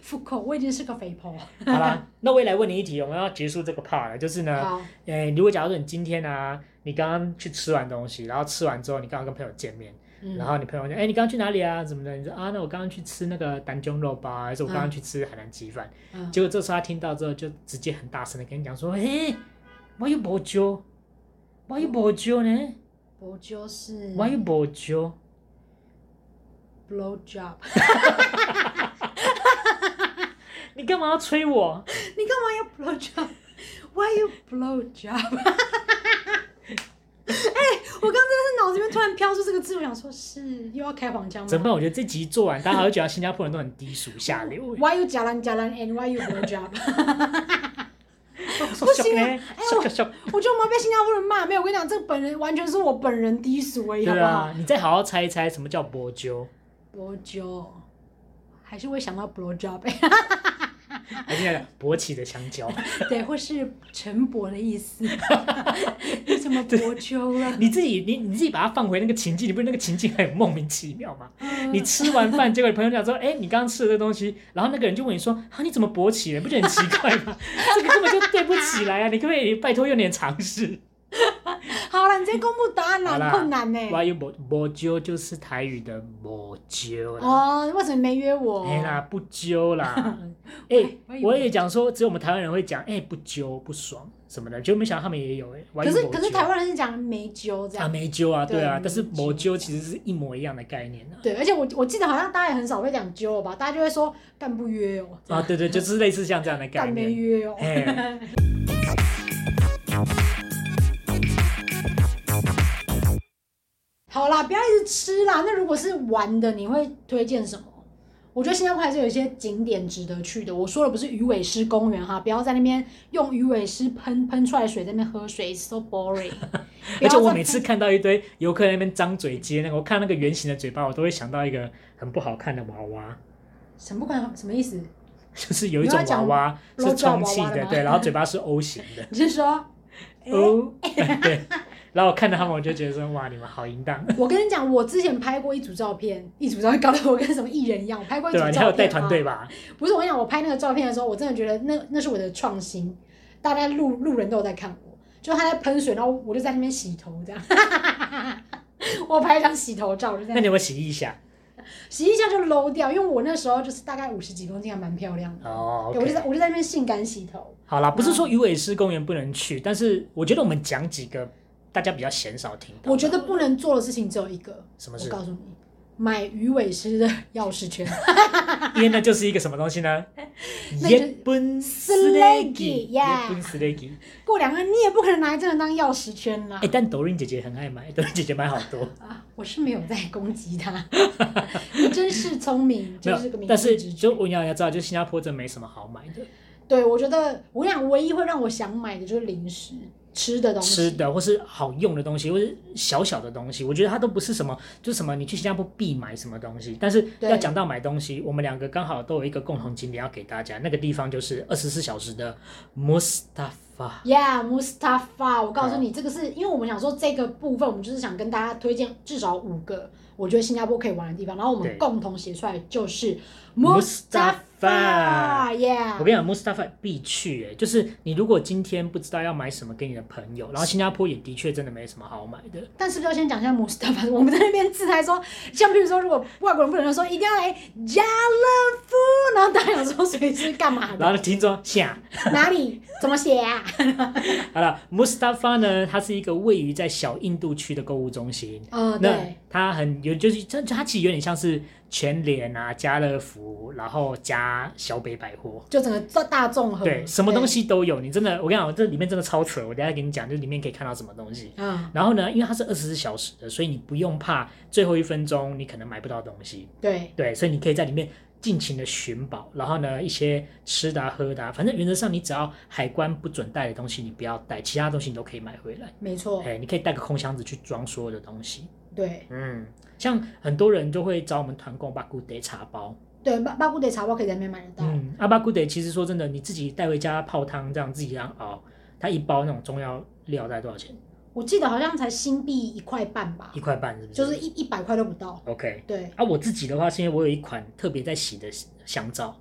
Speaker 1: 复扣我已经是个肥婆。
Speaker 2: 好啦，那我也来问你一题，我们要结束这个 part 了，就是呢，
Speaker 1: 好，
Speaker 2: 呃，如果假如说你今天呢、啊你刚刚去吃完东西，然后吃完之后，你刚好跟朋友见面，
Speaker 1: 嗯
Speaker 2: 然后你朋友就，哎、你刚刚去哪里啊？怎么的？你说啊，那我刚刚去吃那个丹中肉包啊，还是我刚刚
Speaker 1: 嗯
Speaker 2: 去吃海南鸡饭？
Speaker 1: 嗯
Speaker 2: 结果这时候他听到之后，就直接很大声的跟你讲说，嘿、我有无酒，我有无酒呢，
Speaker 1: 不就是
Speaker 2: 我有无酒。
Speaker 1: blow job？
Speaker 2: 你干嘛要催我？
Speaker 1: 你干嘛要 blow job？Why you blow job？哎、 我刚真的是脑子里面突然飘出这个字，我想说是又要开黄腔
Speaker 2: 怎
Speaker 1: 吗
Speaker 2: 么办？我觉得这集做完，大家还会觉得新加坡人都很低俗下流。
Speaker 1: ？Why you 加兰加兰 and why you blow job？
Speaker 2: 不
Speaker 1: 行啊哎我
Speaker 2: 笑。
Speaker 1: 我觉得我们要被新加坡人骂，没有，我跟你讲，这个本人完全是我本人低俗而已，好
Speaker 2: 对
Speaker 1: 不好？
Speaker 2: 啊，你再好好猜一猜什么叫波鸠，
Speaker 1: blow job 还是会想到 blow job，、
Speaker 2: 还是那个勃起的香蕉？
Speaker 1: 对，或是陈勃的意思， 你怎么 blow job 了？
Speaker 2: 你自己你你自己把它放回那个情境，你不是那个情境很莫名其妙吗？
Speaker 1: 嗯
Speaker 2: 你吃完饭，结果你朋友讲说，哎、你刚刚吃的这个东西，然后那个人就问你说，啊，你怎么勃起了？不觉得很奇怪吗？ 这个根本就对不起来啊！你可不可以拜托用点常识？
Speaker 1: 好了，你直接公布答案啦，
Speaker 2: 好啦
Speaker 1: 很困难呢、
Speaker 2: 哇，有勃勃鸠就是台语的勃鸠啦，
Speaker 1: 哦，为什么你没约我？
Speaker 2: 哎、啦，不揪 啦，哎、
Speaker 1: 我以为
Speaker 2: 我也讲说，只有我们台湾人会讲，哎、不揪不爽什么的，就没想到他们也有哎、
Speaker 1: 可是
Speaker 2: 我还以为我
Speaker 1: 可
Speaker 2: 揪
Speaker 1: 是台湾人是讲没揪这
Speaker 2: 啊
Speaker 1: 样，
Speaker 2: 没揪啊，对啊，
Speaker 1: 对
Speaker 2: 但是
Speaker 1: 没揪
Speaker 2: 某揪其实是一模一样的概念啊。
Speaker 1: 对，而且我我记得好像大家也很少会讲揪吧，大家就会说干不约哦，
Speaker 2: 啊，对对，就是类似像这样的概
Speaker 1: 干没
Speaker 2: 念。
Speaker 1: 约哦。
Speaker 2: 哎。
Speaker 1: 好啦，不要一直吃啦。那如果是玩的，你会推荐什么？我觉得新加坡还是有一些景点值得去的。我说的不是鱼尾狮公园哈，不要在那边用鱼尾狮喷喷出来的水在那边喝水，it's，so boring 不要
Speaker 2: 而且我
Speaker 1: 再
Speaker 2: 每次看到一堆游客在那边张嘴接那个，我看那个圆形的嘴巴，我都会想到一个很不好看的娃娃，
Speaker 1: 什么不管什么意思？
Speaker 2: 就是有一
Speaker 1: 你
Speaker 2: 种
Speaker 1: 要
Speaker 2: 娃
Speaker 1: 讲
Speaker 2: 娃是
Speaker 1: blowjob
Speaker 2: 充气
Speaker 1: 娃娃的
Speaker 2: 的，
Speaker 1: 吗，
Speaker 2: 对，然后嘴巴是 O 型的
Speaker 1: 你是说？哎
Speaker 2: 哦，对。然后我看到他们，我就觉得说，哇，你们好淫 荡。
Speaker 1: 我跟你讲，我之前拍过一组照片，一组照片搞得我跟什么艺人一样，我拍过一组照
Speaker 2: 对
Speaker 1: 片、
Speaker 2: 吧？你还有带团队
Speaker 1: 吧？
Speaker 2: 吧？
Speaker 1: 不是，我跟你讲，我拍那个照片的时候，我真的觉得那那是我的创新，大家路路人都有在看我，就他在喷水，然后我就在那边洗头这样。 我拍一张洗头照，我就在
Speaker 2: 那
Speaker 1: 那
Speaker 2: 你
Speaker 1: 边
Speaker 2: 有没有洗一下？
Speaker 1: 洗一下就 low 掉，因为我那时候就是大概五十几公斤，还蛮漂亮的。
Speaker 2: 哦
Speaker 1: 对我就在嗯
Speaker 2: OK
Speaker 1: 我就在那边性感洗头。
Speaker 2: 好啦，不是说鱼尾狮公园不能去，但是我觉得我们讲几个大家比较鲜少听到的。
Speaker 1: 我觉得不能做的事情只有一个，
Speaker 2: 什么事
Speaker 1: 我告诉你，买鱼尾狮的钥匙圈
Speaker 2: 因为那就是一个什么东西呢？
Speaker 1: 那就
Speaker 2: 日本
Speaker 1: Slaggy，
Speaker 2: 日
Speaker 1: yeah
Speaker 2: 本 s l a g y
Speaker 1: 过两个你也不可能拿这个当钥匙圈啦
Speaker 2: 哎，。但抖音姐姐很爱买，抖音姐姐买好 多。
Speaker 1: 啊，我是没有在攻击他， 你真是聪明，
Speaker 2: 没
Speaker 1: 就
Speaker 2: 有
Speaker 1: 是个，明
Speaker 2: 但
Speaker 1: 智
Speaker 2: 是
Speaker 1: 之举
Speaker 2: 就我要要知道，就新加坡真没什么好买的，
Speaker 1: 对我觉得，我跟你讲，唯一会让我想买的就是零食吃的东西，
Speaker 2: 吃的或是好用的东西，或是小小的东西，我觉得它都不是什么，就是什么你去新加坡必买什么东西。但是
Speaker 1: 对
Speaker 2: 要讲到买东西，我们两个刚好都有一个共同景点要给大家，那个地方就是二十四小时的 Mustafa。
Speaker 1: Yeah, Mustafa，我告诉你，这个是因为我们想说这个部分，我们就是想跟大家推荐至少五个我觉得新加坡可以玩的地方，然后我
Speaker 2: 对
Speaker 1: 们共同写出来就是
Speaker 2: Mustafa
Speaker 1: Mustafa。Yeah，
Speaker 2: 我跟你讲，Mustafa 必去、欸，就是你如果今天不知道要买什么给你的朋友，然后新加坡也的确真的没什么好买的，
Speaker 1: 但是不是要先讲一下 Mustafa？我们 在那边自嗨说，像譬如说，如果外国人不能说一定要来家乐福，然后大家想说所以是干嘛
Speaker 2: 然
Speaker 1: 的？
Speaker 2: 后听众下。
Speaker 1: 哪里？怎么写啊？
Speaker 2: 好了，Mustafa 呢，它是一个位于在小印度区的购物中心。
Speaker 1: 呃，
Speaker 2: 那
Speaker 1: 对，
Speaker 2: 它很有，就是它它其实有点像是全联啊、家乐福，然后加小北百货，
Speaker 1: 就整个大大众合，
Speaker 2: 对，什么东西都有。你真的，我跟你讲，这里面真的超扯，我等一下给你讲，就是里面可以看到什么东西。
Speaker 1: 对？嗯，
Speaker 2: 然后呢，因为它是二十四小时的，所以你不用怕最后一分钟你可能买不到东西。
Speaker 1: 对，
Speaker 2: 对，所以你可以在里面尽情的寻宝，然后呢，一些吃的、啊、喝的、啊，反正原则上你只要海关不准带的东西你不要带，其他东西你都可以买回来。
Speaker 1: 没错，
Speaker 2: 哎，你可以带个空箱子去装所有的东西。
Speaker 1: 对
Speaker 2: 嗯，像很多人就会找我们团购巴古德茶包。
Speaker 1: 对，巴巴布得茶包可以在那边买得到。
Speaker 2: 嗯，阿巴古德其实说真的，你自己带回家泡汤，这样自己这样熬，它一包那种中药料大概多少钱？
Speaker 1: 我记得好像才新币一块半吧
Speaker 2: 一，块半是不是？
Speaker 1: 就是一一百块都不到。
Speaker 2: OK。
Speaker 1: 对
Speaker 2: 啊，我自己的话是因为我有一款特别在洗的香皂，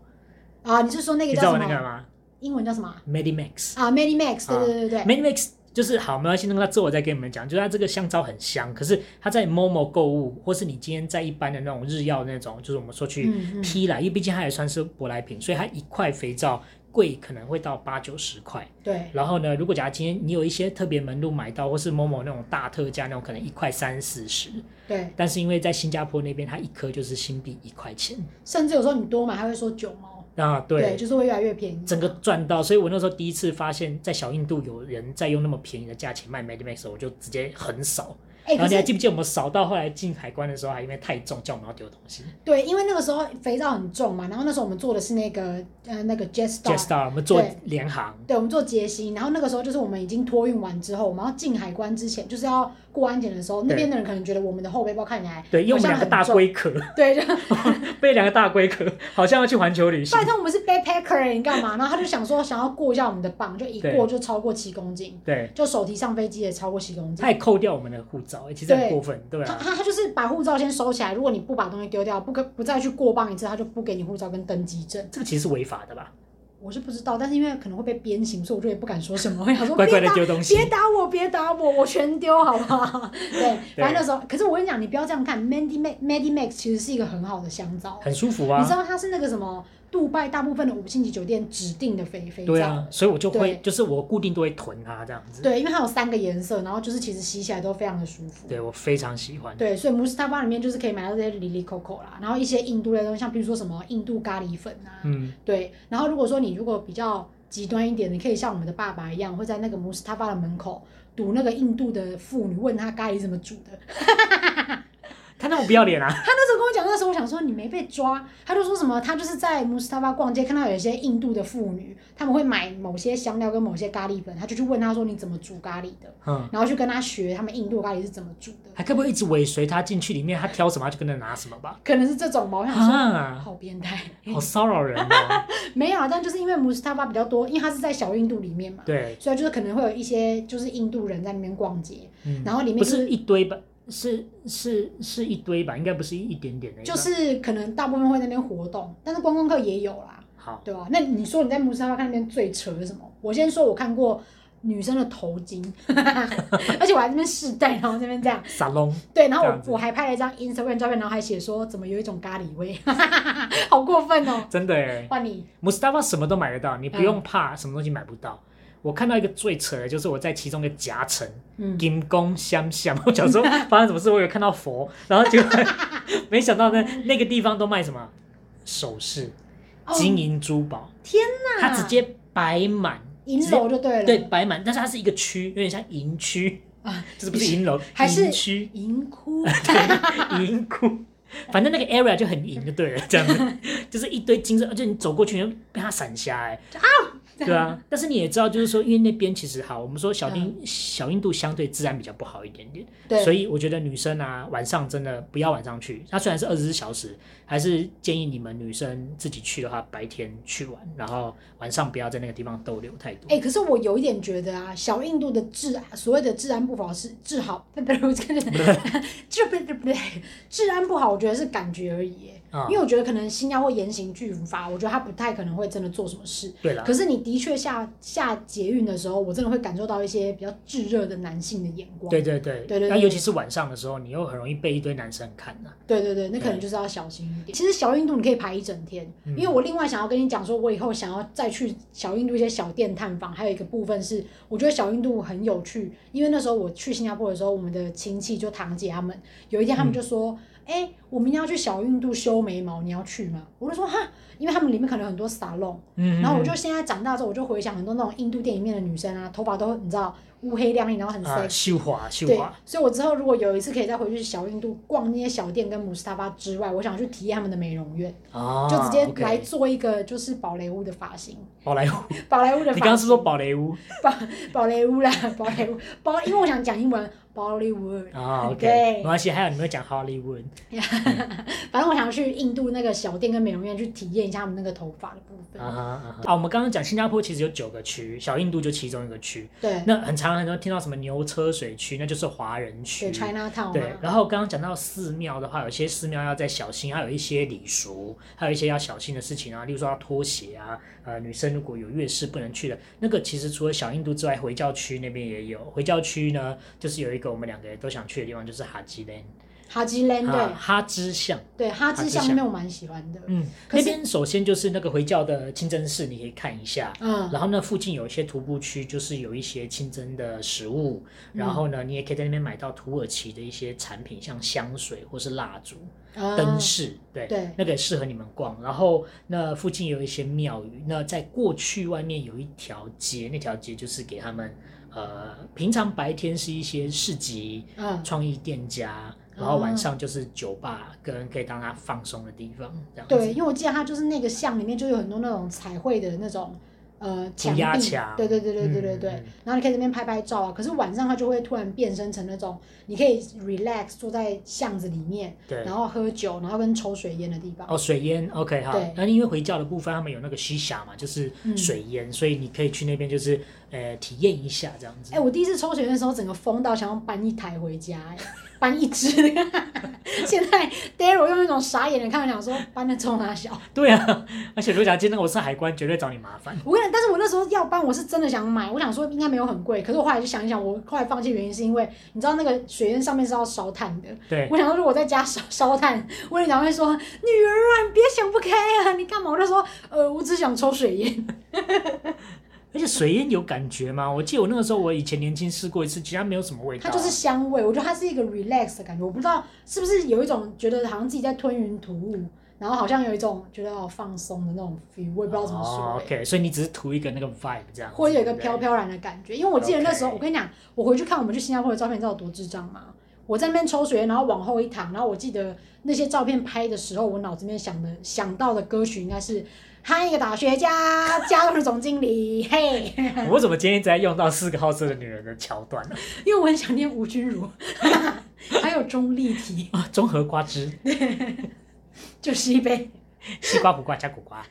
Speaker 1: 啊，你是说那
Speaker 2: 你
Speaker 1: 个
Speaker 2: 知道
Speaker 1: 叫
Speaker 2: 我
Speaker 1: 什
Speaker 2: 那个
Speaker 1: 么？
Speaker 2: 吗
Speaker 1: 英文叫什么啊
Speaker 2: ？Medimax。
Speaker 1: 啊？Many Max，
Speaker 2: 啊
Speaker 1: 对对对对对，
Speaker 2: Manimax 就是好，没关系，那个之后我再跟你们讲，就是它这个香皂很香，可是它在 Momo 购物，或是你今天在一般的那种日药那种，就是我们说去
Speaker 1: 嗯嗯
Speaker 2: 批来，因为毕竟它也算是舶来品，所以它一块肥皂贵可能会到八九十块。
Speaker 1: 对
Speaker 2: 然后呢，如果假如今天你有一些特别门路买到，或是 Momo 那种大特价那种，可能一块三四十，
Speaker 1: 对，
Speaker 2: 但是因为在新加坡那边，它一颗就是新币一块钱
Speaker 1: 甚至有时候你多买，他会说九毛，
Speaker 2: 啊，
Speaker 1: 对，就是会越来越便宜。
Speaker 2: 整个赚到，所以我那时候第一次发现，在小印度有人在用那么便宜的价钱卖 Medimax，我就直接很少。
Speaker 1: 哎，
Speaker 2: 然后
Speaker 1: 可
Speaker 2: 你还
Speaker 1: 是
Speaker 2: 记不记得我们少到后来进海关的时候，还因为太重叫我们要丢东西
Speaker 1: 对，因为那个时候肥皂很重嘛，然后那时候我们做的是那个呃那个 Jet
Speaker 2: j e
Speaker 1: Star。
Speaker 2: s t a r 我们做
Speaker 1: 对
Speaker 2: 联航，
Speaker 1: 对，我们做结芯，然后那个时候就是我们已经托运完之后，我们要进海关之前，就是要过安检的时候，那边的人可能觉得我们的后背包看起来
Speaker 2: 对，因为我们
Speaker 1: 好像
Speaker 2: 两个
Speaker 1: 很
Speaker 2: 大
Speaker 1: 重
Speaker 2: 龟 壳，
Speaker 1: 对，就
Speaker 2: 背两个大龟壳， 好像要去环球旅行
Speaker 1: 拜。托我们是 backpacker，你干嘛？然后他就想说想要过一下我们的磅，就一
Speaker 2: 对
Speaker 1: 过就超过七公斤，
Speaker 2: 对，
Speaker 1: 就手提上飞机也超过七公斤
Speaker 2: 他。也扣掉我们的护照，欸其实很过分，对
Speaker 1: 他
Speaker 2: 啊。
Speaker 1: 他他就是把护照先收起来，如果你不把东西丢掉，不跟不再去过磅一次，他就不给你护照跟登机证。
Speaker 2: 这个其实是违法的吧？
Speaker 1: 我是不知道，但是因为可能会被鞭刑，所以我就也不敢说什 么。我想说
Speaker 2: 乖乖
Speaker 1: 别
Speaker 2: 的
Speaker 1: 打
Speaker 2: 丢东西
Speaker 1: 别，打我，别打我，我全丢好不好？ 对，反正那时候，可是我跟你讲，你不要这样看，Mandy Max Mandy Max 其实是一个很好的香皂，
Speaker 2: 很舒服
Speaker 1: 你知
Speaker 2: 啊。
Speaker 1: 道它是那个什么，杜拜大部分的五星级酒店指定的肥肥皂。
Speaker 2: 对啊，所以我就会，
Speaker 1: 对
Speaker 2: 就是我固定都会囤它这样子。
Speaker 1: 对，因为它有三个颜色，然后就是其实洗起来都非常的舒服。
Speaker 2: 对，我非常喜欢。
Speaker 1: 对，所以 Mustafa 里面就是可以买到这些里里口口啦，然后一些印度类的东西，像比如说什么印度咖喱粉啊，
Speaker 2: 嗯，
Speaker 1: 对。然后如果说你如果比较极端一点，你可以像我们的爸爸一样，会在那个 Mustafa 的门口堵那个印度的妇女，问她咖喱怎么煮的。
Speaker 2: 他那么不要脸 啊！
Speaker 1: 他那时候跟我讲，那时候我想说你没被抓，他就说什么他就是在 Mustafa 逛街看到有一些印度的妇女，他们会买某些香料跟某些咖喱粉，他就去问他说你怎么煮咖喱的，
Speaker 2: 嗯，
Speaker 1: 然后去跟他学他们印度咖喱是怎么煮的，
Speaker 2: 还该不会一直尾随他进去里面，他挑什么他就跟着拿什么吧？
Speaker 1: 可能是这种吧。我想说。
Speaker 2: 啊，
Speaker 1: 好变态，
Speaker 2: 好骚扰人哦。
Speaker 1: 没有啊，但就是因为 Mustafa 比较多，因为他是在小印度里面嘛，
Speaker 2: 对，
Speaker 1: 所以就是可能会有一些就是印度人在那边逛街，
Speaker 2: 嗯，
Speaker 1: 然后里面
Speaker 2: 不
Speaker 1: 就是
Speaker 2: 是一堆吧？是是是一堆吧？应该不是一点点的。
Speaker 1: 就是可能大部分会在那边活动，但是观光客也有啦，
Speaker 2: 好，
Speaker 1: 对吧、那你说你在 Mustafa 看那边最扯是什么？我先说我看过女生的头巾， 而且我还在那边试戴，然后这边这样，
Speaker 2: 沙龙
Speaker 1: 对，然后
Speaker 2: 这样子
Speaker 1: 我我还拍了一张 Instagram 照片，然后还写说怎么有一种咖喱味， 好过分哦！
Speaker 2: 真的哎
Speaker 1: 换你，嗯
Speaker 2: ，Mustafa 什么都买得到，你不用怕什么东西买不到。我看到一个最扯的，就是我在其中一个夹层，
Speaker 1: 嗯，
Speaker 2: 金光相像， 我想说发生什么事，我以为看到佛，然后 结果没想到呢，那个地方都卖什么首饰、
Speaker 1: 哦
Speaker 2: 金银珠宝，
Speaker 1: 那
Speaker 2: 它直接摆满，
Speaker 1: 银楼就对了，
Speaker 2: 对，，摆满，但是它是一个区，有点像银区
Speaker 1: 啊，
Speaker 2: 就是不是银楼，
Speaker 1: 还是，
Speaker 2: 银区
Speaker 1: 银窟，
Speaker 2: 银窟。反正那个 area 就很银就对了，这样 子，就是一堆金色，而且你走过去你就被它闪瞎哎、 对啊，但是你也知道，就是说，因为那边其实好，我们说小印、小印度相对治安比较不好一点点，
Speaker 1: 嗯对，
Speaker 2: 所以我觉得女生啊，晚上真的不要晚上去。它虽然是二十四小时，还是建议你们女生自己去的话，白天去玩，然后晚上不要在那个地方逗留太多。
Speaker 1: 哎、可是我有一点觉得啊，小印度的治所谓的治安不好是 治好，不不不，治不不不对， 治安不好，我觉得是感觉而已耶。
Speaker 2: 啊、
Speaker 1: 因为我觉得可能新加坡严刑峻法，我觉得他不太可能会真的做什么事。
Speaker 2: 对了
Speaker 1: 可，是你的确下下捷运的时候，我真的会感受到一些比较炙热的男性的眼光。
Speaker 2: 对对对
Speaker 1: 对对
Speaker 2: 那
Speaker 1: 对
Speaker 2: 尤其是晚上的时候，你又很容易被一堆男生看呐、
Speaker 1: 对对对，那可能
Speaker 2: 对
Speaker 1: 就是要小心一点。其实小印度你可以排一整天，
Speaker 2: 嗯
Speaker 1: 因为我另外想要跟你讲说，我以后想要再去小印度一些小店探访，还有一个部分是，我觉得小印度很有趣，因为那时候我去新加坡的时候，我们的亲戚就堂姐他们，有一天他们就
Speaker 2: 嗯
Speaker 1: 说，哎、我们要去小印度修眉毛，你要去吗？我就说哈，因为他们里面可能很多 salon，
Speaker 2: 嗯，
Speaker 1: 然后我就现在长大之后，我就回想很多那种印度电影里面的女生啊，头发都你知道乌黑亮丽，然后很 sexy，、
Speaker 2: 啊，秀华秀
Speaker 1: 对
Speaker 2: 华，，
Speaker 1: 所以我之后如果有一次可以再回去小印度逛那些小店跟姆斯塔巴之外，我想去体验他们的美容院，
Speaker 2: 哦，
Speaker 1: 就直接
Speaker 2: OK
Speaker 1: 来做一个就是宝莱坞的发型，
Speaker 2: 宝莱坞。
Speaker 1: 宝莱坞的发型。
Speaker 2: 你刚刚是说宝莱坞
Speaker 1: 宝莱坞啦，宝莱坞，宝， 因为我想讲英文，Bollywood，
Speaker 2: 啊？OK，
Speaker 1: 对
Speaker 2: 没关系。还有你们讲 Hollywood，
Speaker 1: 反正我想去印度那个小店跟美容院去体验一下他们那个头发的部分。
Speaker 2: 啊哈啊哈！啊，我们刚刚讲新加坡其实有九个区，小印度就其中一个区。
Speaker 1: 对，
Speaker 2: 那很常很多听到什么牛车水区，那就是华人区。
Speaker 1: 对，China Town
Speaker 2: 对
Speaker 1: 嘛，，
Speaker 2: 然后刚刚讲到寺庙的话，有些寺庙要再小心，啊还有一些礼俗，还有一些要小心的事情啊，例如说要脱鞋啊，呃，女生如果有月事不能去的，那个其实除了小印度之外，回教区那边也有。回教区呢，就是有一个我们两个也都想去的地方，就是哈吉连，
Speaker 1: 哈吉 land
Speaker 2: 啊
Speaker 1: 对，
Speaker 2: 哈芝巷。
Speaker 1: 对，哈芝巷那边我蛮喜欢的，
Speaker 2: 嗯，
Speaker 1: 可
Speaker 2: 那
Speaker 1: 是
Speaker 2: 边首先就是那个回教的清真寺，你可以看一下。
Speaker 1: 嗯，
Speaker 2: 然后呢，附近有一些徒步区，就是有一些清真的食物，然后呢，你也可以在那边买到土耳其的一些产品，像香水或是蜡烛、灯
Speaker 1: 嗯，
Speaker 2: 饰，对，
Speaker 1: 对
Speaker 2: 那个也适合你们逛。然后那附近有一些庙宇，那在过去外面有一条街，那条街就是给他们，呃，平常白天是一些市集、
Speaker 1: 嗯，
Speaker 2: 创意店家，然后晚
Speaker 1: 哦
Speaker 2: 上就是酒吧跟可以让他放松的地方，这样子。
Speaker 1: 对，因为我记得它就是那个巷里面就有很多那种彩绘的那种呃墙
Speaker 2: 涂鸦
Speaker 1: 壁
Speaker 2: 墙，
Speaker 1: 对对对对对对
Speaker 2: 嗯
Speaker 1: 对。
Speaker 2: 嗯
Speaker 1: 然后你可以在那边拍拍照啊，可是晚上它就会突然变身成那种你可以 relax 坐在巷子里面，
Speaker 2: 对。
Speaker 1: 然后喝酒，然后跟抽水烟的地方。
Speaker 2: 哦，水烟，OK 好
Speaker 1: 对。
Speaker 2: 那因为回教的部分，他们有那个西夏嘛，就是
Speaker 1: 嗯
Speaker 2: 水烟，所以你可以去那边，就是呃体验一下这样子。
Speaker 1: 哎、我第一次抽水烟的时候，整个疯到想要搬一台回家、哎搬一支。 现在 Daryl 用那种傻眼的看我，想说搬得中哪小？
Speaker 2: 对啊， 而且如果假如今天我是海关，绝对找你麻烦。
Speaker 1: 我跟你讲，但是我那时候要搬，我是真的想买，我想说应该没有很贵，可是我后来就想一想，我后来放弃的原因是因为你知道那个水烟上面是要烧炭的，
Speaker 2: 对，
Speaker 1: 我想说如果在家烧烧炭，我的娘会说女儿啊，你别想不开啊，你干嘛？我就说呃，我只想抽水烟，
Speaker 2: 而且水烟有感觉吗？我记得我那个时候，我以前年轻试过一次，其实它没有什么味道
Speaker 1: 它
Speaker 2: 啊。
Speaker 1: 就是香味，我觉得它是一个 relax 的感觉，我不知道是不是有一种觉得好像自己在吞云吐雾，然后好像有一种觉得好放松的那种 feel，我也不知道怎么说、
Speaker 2: 哦
Speaker 1: 欸。
Speaker 2: OK，所以你只是图一个那个 vibe 这样子。
Speaker 1: 或者有一个
Speaker 2: 对不对
Speaker 1: 飘。飘然的感觉。因为我记得那时候，
Speaker 2: OK
Speaker 1: 我跟你讲，我回去看我们去新加坡的照片，你知道我多智障吗？我在那边抽水烟，然后往后一躺，然后我记得那些照片拍的时候，我脑子里面想的想到的歌曲应该是《嗨一个大学家》《家中的总经理》嘿，
Speaker 2: 我怎么今天一直在用到四个好色的女人的桥 段呢？
Speaker 1: 因为我很想念吴君如，还有钟丽缇，
Speaker 2: 啊，综合瓜汁，
Speaker 1: 就是一杯。
Speaker 2: 西瓜不瓜加苦瓜。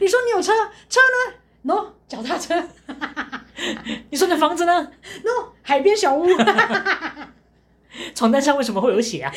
Speaker 1: 你说你有车，车呢？no，脚踏车
Speaker 2: 你说你的房子呢？
Speaker 1: no，海边小屋。
Speaker 2: 床单上为什么会有血啊？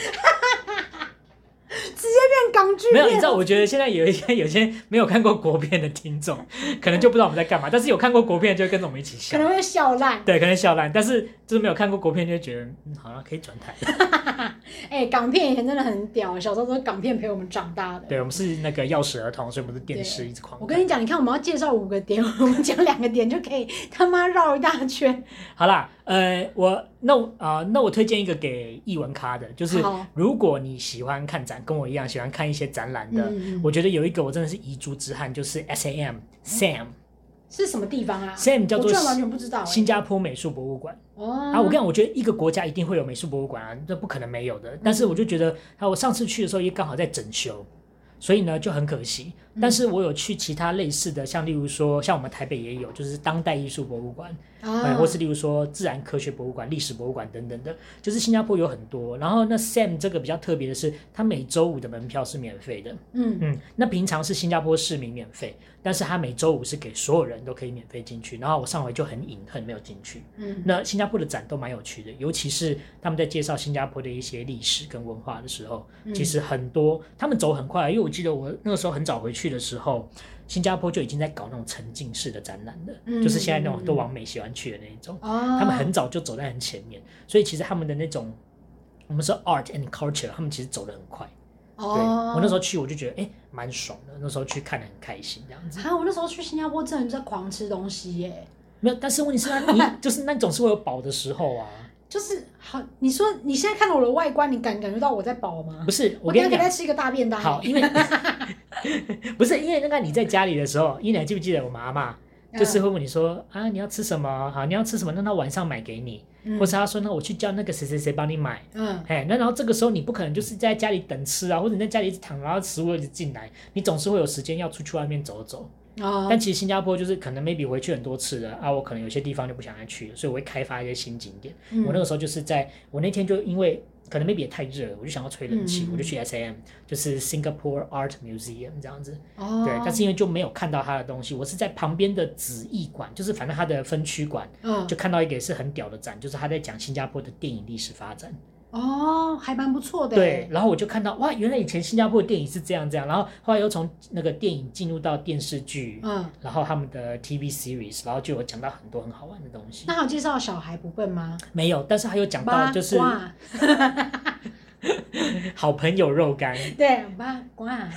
Speaker 1: 港剧
Speaker 2: 没有，你
Speaker 1: 片
Speaker 2: 知道，我觉得现在有一些有些没有看过国片的听众，可能就不知道我们在干嘛，但是有看过国片就会跟着我们一起
Speaker 1: 可
Speaker 2: 笑，
Speaker 1: 能会笑烂。
Speaker 2: 对，可能笑烂，但是就是没有看过国片就会觉得，嗯，好像可以转台。
Speaker 1: 哎、港片以前真的很屌，小时候都是港片陪我们长大的。
Speaker 2: 对，我们是那个钥匙儿童，所以我们是电视一直狂看。
Speaker 1: 我跟你讲，你看我们要介绍五个点， 我们讲两个点就可以他妈绕一大圈。
Speaker 2: 好啦，呃，我那我啊、那我推荐一个给译文咖的，就是
Speaker 1: 好
Speaker 2: 如果你喜欢看展，跟我一样喜欢看一些展览的，
Speaker 1: 嗯嗯
Speaker 2: 我觉得有一个我真的是遗珠之憾，就是 S A M Sam
Speaker 1: 是什么地方啊？
Speaker 2: Sam 叫
Speaker 1: 哦我
Speaker 2: 做
Speaker 1: 居然完全不知道、哎
Speaker 2: 新加坡美术博物馆。
Speaker 1: 哦，
Speaker 2: 啊，我跟你讲，我觉得一个国家一定会有美术博物馆啊，这不可能没有
Speaker 1: 嗯
Speaker 2: 的。但是我就觉得，啊，我上次去的时候也刚好在整修，所以呢就很可惜。
Speaker 1: 嗯
Speaker 2: 但是我有去其他类似的，像例如说，像我们台北也有，就是当代艺术博物馆，哎、
Speaker 1: 啊，
Speaker 2: 或是例如说自然科学博物馆、历史博物馆等等的，就是新加坡有很多。然后那 Sam 这个比较特别的是，它每周五的门票是免费的，
Speaker 1: 嗯，
Speaker 2: 嗯，那平常是新加坡市民免费，但是它每周五是给所有人都可以免费进去。然后我上回就很隐恨没有进去。
Speaker 1: 嗯
Speaker 2: 那新加坡的展都蛮有趣的，尤其是他们在介绍新加坡的一些历史跟文化的时候，
Speaker 1: 嗯，
Speaker 2: 其实很多他们走很快，啊因为我记得我那个时候很早回去的时候，新加坡就已经在搞那种沉浸式的展览了，
Speaker 1: 嗯
Speaker 2: 就是现在那种都往美喜欢去的那一种，
Speaker 1: 啊，
Speaker 2: 他们很早就走在很前面，所以其实他们的那种我们说 art and culture，他们其实走得很快。对
Speaker 1: 哦，
Speaker 2: 我那时候去我就觉得哎蛮、爽的，那时候去看得很开心这样子。
Speaker 1: 啊，我那时候去新加坡真的在狂吃东西耶，
Speaker 2: 没有，但是问题 是那你就是那总是会有饱的时候啊，
Speaker 1: 就是好，你说你现在看到我的外观，你感感觉到我在饱吗
Speaker 2: 不？是我
Speaker 1: 我
Speaker 2: 跟
Speaker 1: 等一下
Speaker 2: 你
Speaker 1: 给
Speaker 2: 讲
Speaker 1: 他。吃一个大便当。欸
Speaker 2: 好，，因为不是因为那 个你在家里的时候，一奶记不记得我们阿妈
Speaker 1: 嗯
Speaker 2: 就是会问你说、啊你要吃什么？好，你要吃什么？那她晚上买给你，
Speaker 1: 嗯
Speaker 2: 或是她说那我去叫那个谁谁谁帮你买。
Speaker 1: 嗯，
Speaker 2: 哎，那然后这个时候你不可能就是在家里等吃啊，或者你在家里一直躺，然后食物一直进来，你总是会有时间要出去外面走走。
Speaker 1: 哦，
Speaker 2: 但其实新加坡就是可能 maybe 回去很多次了啊，我可能有些地方就不想再去了，所以我会开发一些新景点。
Speaker 1: 嗯
Speaker 2: 我那个时候就是在我那天就因为可能 maybe 也太热了，我就想要吹冷气，
Speaker 1: 嗯嗯
Speaker 2: 我就去 SAM，就是 Singapore Art Museum 这样子。
Speaker 1: 哦，
Speaker 2: 对，但是因为就没有看到他的东西，我是在旁边的子艺馆，就是反正他的分区馆，
Speaker 1: 嗯
Speaker 2: 就看到一个也是很屌的展，就是他在讲新加坡的电影历史发展。
Speaker 1: 哦，还蛮不错的。欸
Speaker 2: 对，，然后我就看到哇，原来以前新加坡的电影是这样这样，然后后来又从那个电影进入到电视剧，
Speaker 1: 嗯，
Speaker 2: 然后他们的 TV series，然后就有讲到很多很好玩的东西
Speaker 1: 那。还有介绍小孩不笨吗？
Speaker 2: 没有，但是他有讲到哦就是
Speaker 1: 八卦
Speaker 2: 好朋友肉干，
Speaker 1: 对八卦，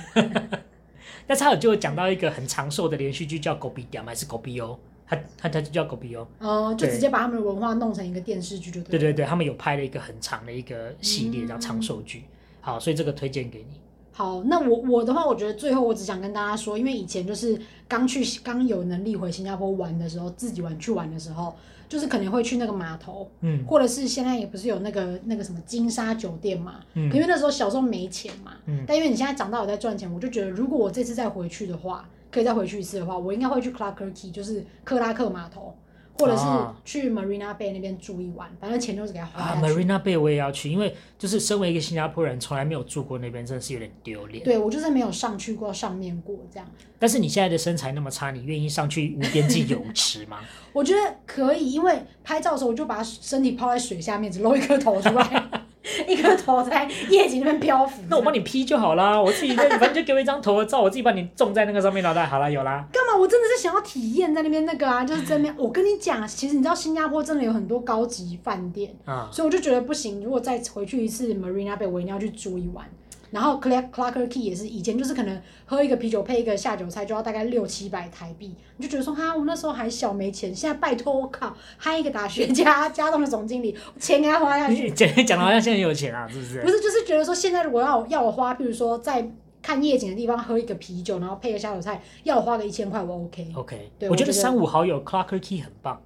Speaker 2: 但是他有就有讲到一个很长寿的连续剧叫《狗比屌》还是《狗比欧》，他他他就叫《狗比欧》。
Speaker 1: 哦，就
Speaker 2: 对
Speaker 1: 直接把他们的文化弄成一个电视剧就
Speaker 2: 对
Speaker 1: 对了。
Speaker 2: 对对，他们有拍了一个很长的一个系列叫
Speaker 1: 嗯
Speaker 2: 长寿剧。好，所以这个推荐给你。
Speaker 1: 好，那我我的话，我觉得最后我只想跟大家说，因为以前就是刚去刚有能力回新加坡玩的时候，自己玩去玩的时候，就是可能会去那个码头，
Speaker 2: 嗯
Speaker 1: 或者是现在也不是有那个那个什么金沙酒店嘛，
Speaker 2: 嗯
Speaker 1: 因为那时候小时候没钱嘛，
Speaker 2: 嗯
Speaker 1: 但因为你现在长大有在赚钱，我就觉得如果我这次再回去的话，可以再回去一次的话，我应该会去 Clarke Key，就是克拉克码头，或者是
Speaker 2: 啊
Speaker 1: 去 Marina Bay 那边住一晚，反正钱就是给他花
Speaker 2: 啊
Speaker 1: 下去。
Speaker 2: ，Marina Bay 我也要去，因为就是身为一个新加坡人，从来没有住过那边，真的是有点丢脸。
Speaker 1: 对我就是没有上去过上面过这样，
Speaker 2: 但是你现在的身材那么差，你愿意上去无边际泳池吗？
Speaker 1: 我觉得可以，因为拍照的时候我就把身体泡在水下面，只露一颗头出 来，一颗头在夜景那边漂浮。
Speaker 2: 那我帮你 P 就好啦，我自己在，反正就给我一张头照，我自己把你种在那个上面，老大好啦，有啦。
Speaker 1: 干嘛？我真的是想要体验在那边那个啊，就是在那边。我跟你讲，其实你知道新加坡真的有很多高级饭店，
Speaker 2: 啊、
Speaker 1: 所以我就觉得不行。如果再回去一次 Marina Bay，我一定要去住一晚。然后 Clark Clarker Key 也是，以前就是可能喝一个啤酒配一个下酒菜就要大概六七百台币，你就觉得说哈，我那时候还小没钱，现在拜托我靠，嗨一个大学家家栋的总经理，钱给他花下去，
Speaker 2: 你讲讲的好像现在很有钱啊，是不是？
Speaker 1: 不是，就是觉得说现在如果要我要我花，譬如说在看夜景的地方喝一个啤酒，然后配个下酒菜，要我花个一千块，我 OK。
Speaker 2: OK，
Speaker 1: 对
Speaker 2: 我
Speaker 1: 我
Speaker 2: 觉
Speaker 1: 觉
Speaker 2: 得
Speaker 1: 得
Speaker 2: 三五好友 Clarker Key 很棒，